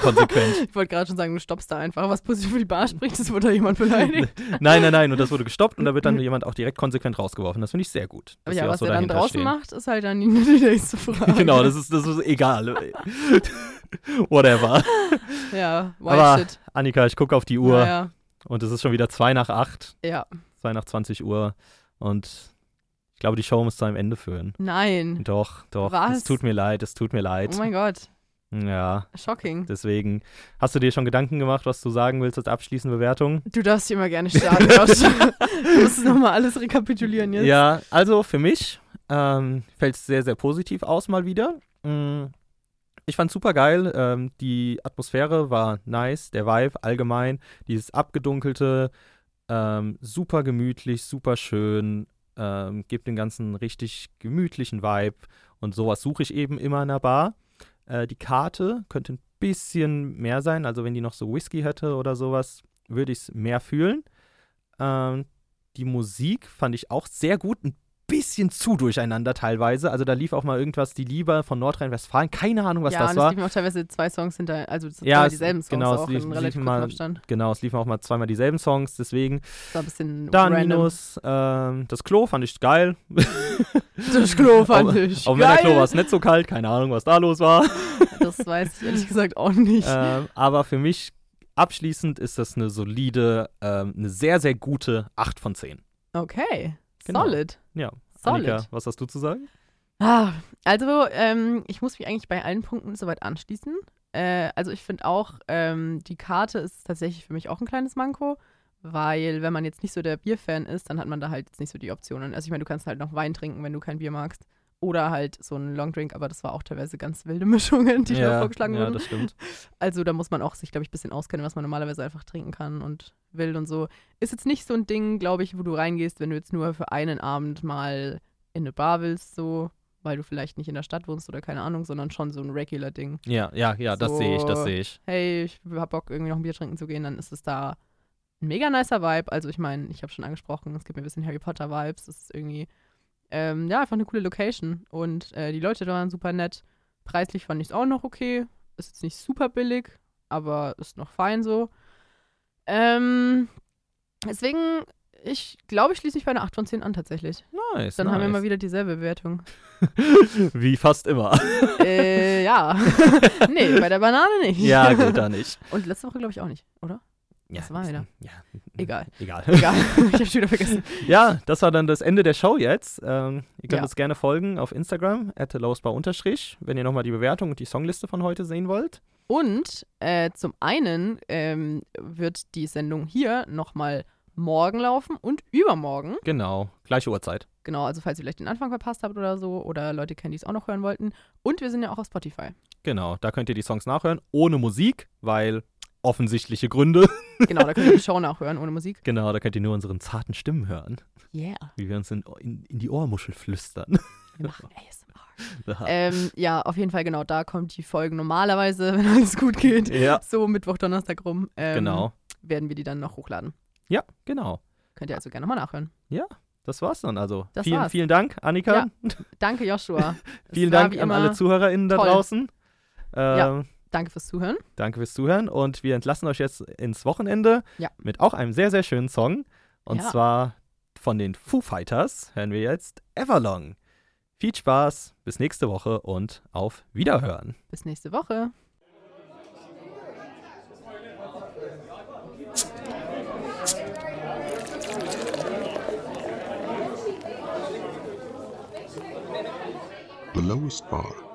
konsequent. Ich wollte gerade schon sagen, du stoppst da einfach. Was positiv für die Bar spricht, es wurde da jemand beleidigt. nein, nein, nein. Und das wurde gestoppt und da wird dann jemand auch direkt konsequent rausgeworfen. Das finde ich sehr gut. Mhm. Aber dass ja, wir auch was so er dann dahinter draußen stehen. macht, ist halt dann die nächste Frage. Genau, das ist, das ist egal. Whatever. Ja, wild Aber shit. Annika, ich gucke auf die Uhr Ja, und es ist schon wieder 2 nach 8, ja. 2 nach 20 Uhr und ich glaube, die Show muss zu einem Ende führen. Nein. Doch, doch. Was? Es tut mir leid, es tut mir leid. Oh mein Gott, ja, shocking. deswegen. Hast du dir schon Gedanken gemacht, was du sagen willst als abschließende Bewertung? Du darfst hier immer gerne starten. Josh. du musst nochmal alles rekapitulieren jetzt. Ja, also für mich ähm, fällt es sehr, sehr positiv aus mal wieder. Mm, Ich fand super geil. Ähm, die Atmosphäre war nice, der Vibe allgemein, dieses abgedunkelte, ähm, super gemütlich, super schön, ähm, gibt den ganzen richtig gemütlichen Vibe und sowas suche ich eben immer in einer Bar. Äh, die Karte könnte ein bisschen mehr sein, also wenn die noch so Whisky hätte oder sowas, würde ich es mehr fühlen. Ähm, die Musik fand ich auch sehr gut, ein bisschen zu durcheinander teilweise. Also da lief auch mal irgendwas, die Liebe von Nordrhein-Westfalen, keine Ahnung, was ja, das und war. es liefen auch teilweise zwei Songs hinter, also es Ja, waren es- dieselben Songs genau, es auch lief- in relativ kurzem liefen mal- Abstand. Genau, es liefen auch mal zweimal dieselben Songs, deswegen Das war ein bisschen da ein random. Minus. Ähm, das Klo fand ich geil. Das Klo fand Auch- ich Auf dem geil. Männerklo war es nicht so kalt, keine Ahnung, was da los war. Das weiß ich ehrlich gesagt auch nicht. ähm, aber für mich abschließend ist das eine solide, ähm, eine sehr, sehr gute 8 von 10. Okay, Genau. solid. Ja. Solid. Annika, was hast du zu sagen? Ah, also, ähm, ich muss mich eigentlich bei allen Punkten soweit anschließen. Äh, also, ich finde auch, ähm, die Karte ist tatsächlich für mich auch ein kleines Manko, weil, wenn man jetzt nicht so der Bierfan ist, dann hat man da halt jetzt nicht so die Optionen. Also, ich meine, du kannst halt noch Wein trinken, wenn du kein Bier magst. Oder halt so einen Longdrink, aber das war auch teilweise ganz wilde Mischungen, die da ja, vorgeschlagen ja, wurden. das stimmt. Also da muss man auch sich, glaube ich, ein bisschen auskennen, was man normalerweise einfach trinken kann und will und so. Ist jetzt nicht so ein Ding, glaube ich, wo du reingehst, wenn du jetzt nur für einen Abend mal in eine Bar willst, so, weil du vielleicht nicht in der Stadt wohnst oder keine Ahnung, sondern schon so ein regular Ding. Ja, ja, ja, das So. sehe ich, das sehe ich. Hey, ich hab Bock, irgendwie noch ein Bier trinken zu gehen, dann ist es da ein mega nicer Vibe. Also ich meine, ich habe schon angesprochen, es gibt mir ein bisschen Harry Potter Vibes. Es ist irgendwie, ähm, ja, einfach eine coole Location. Und äh, die Leute da waren super nett. Preislich fand ich es auch noch okay. Ist jetzt nicht super billig, aber ist noch fein so. Ähm, deswegen Ich glaube, ich schließe mich bei einer 8 von 10 an tatsächlich. Nice. Dann nice. haben wir mal wieder dieselbe Bewertung. Wie fast immer. äh, ja. nee, bei der Banane nicht. ja, gut, Hm. da nicht. Und letzte Woche glaube ich auch nicht, oder? Ja, Das war einer. Ja, Egal. egal. Egal. ich habe schon wieder vergessen. Ja, das war dann das Ende der Show jetzt. Ähm, ihr könnt Ja. uns gerne folgen auf Instagram, at unterstrich, wenn ihr nochmal die Bewertung und die Songliste von heute sehen wollt. Und äh, zum einen ähm, wird die Sendung hier nochmal morgen laufen und übermorgen. Genau, gleiche Uhrzeit. Genau, also falls ihr vielleicht den Anfang verpasst habt oder so oder Leute kennen, die es auch noch hören wollten. Und wir sind ja auch auf Spotify. Genau, da könnt ihr die Songs nachhören, ohne Musik, weil offensichtliche Gründe. Genau, da könnt ihr die Show nachhören ohne Musik. Genau, da könnt ihr nur unseren zarten Stimmen hören, Yeah. wie wir uns in, in, in die Ohrmuschel flüstern. Wir machen ASMR. ähm, ja, auf jeden Fall, genau, da kommt die Folgen normalerweise, wenn alles gut geht. Ja. So Mittwoch, Donnerstag rum. Ähm, genau. Werden wir die dann noch hochladen. Ja, genau. Könnt ihr also gerne mal nachhören. Das war's dann also. Das vielen, war's. vielen Dank, Annika. Ja, Danke, Joshua. Es vielen war Dank wie an immer alle ZuhörerInnen da toll. draußen. Ähm, Ja. Danke fürs Zuhören. Danke fürs Zuhören und wir entlassen euch jetzt ins Wochenende Ja. mit auch einem sehr, sehr schönen Song. Und Ja. zwar von den Foo Fighters hören wir jetzt Everlong. Viel Spaß, bis nächste Woche und auf Wiederhören. Bis nächste Woche. the lowest bar.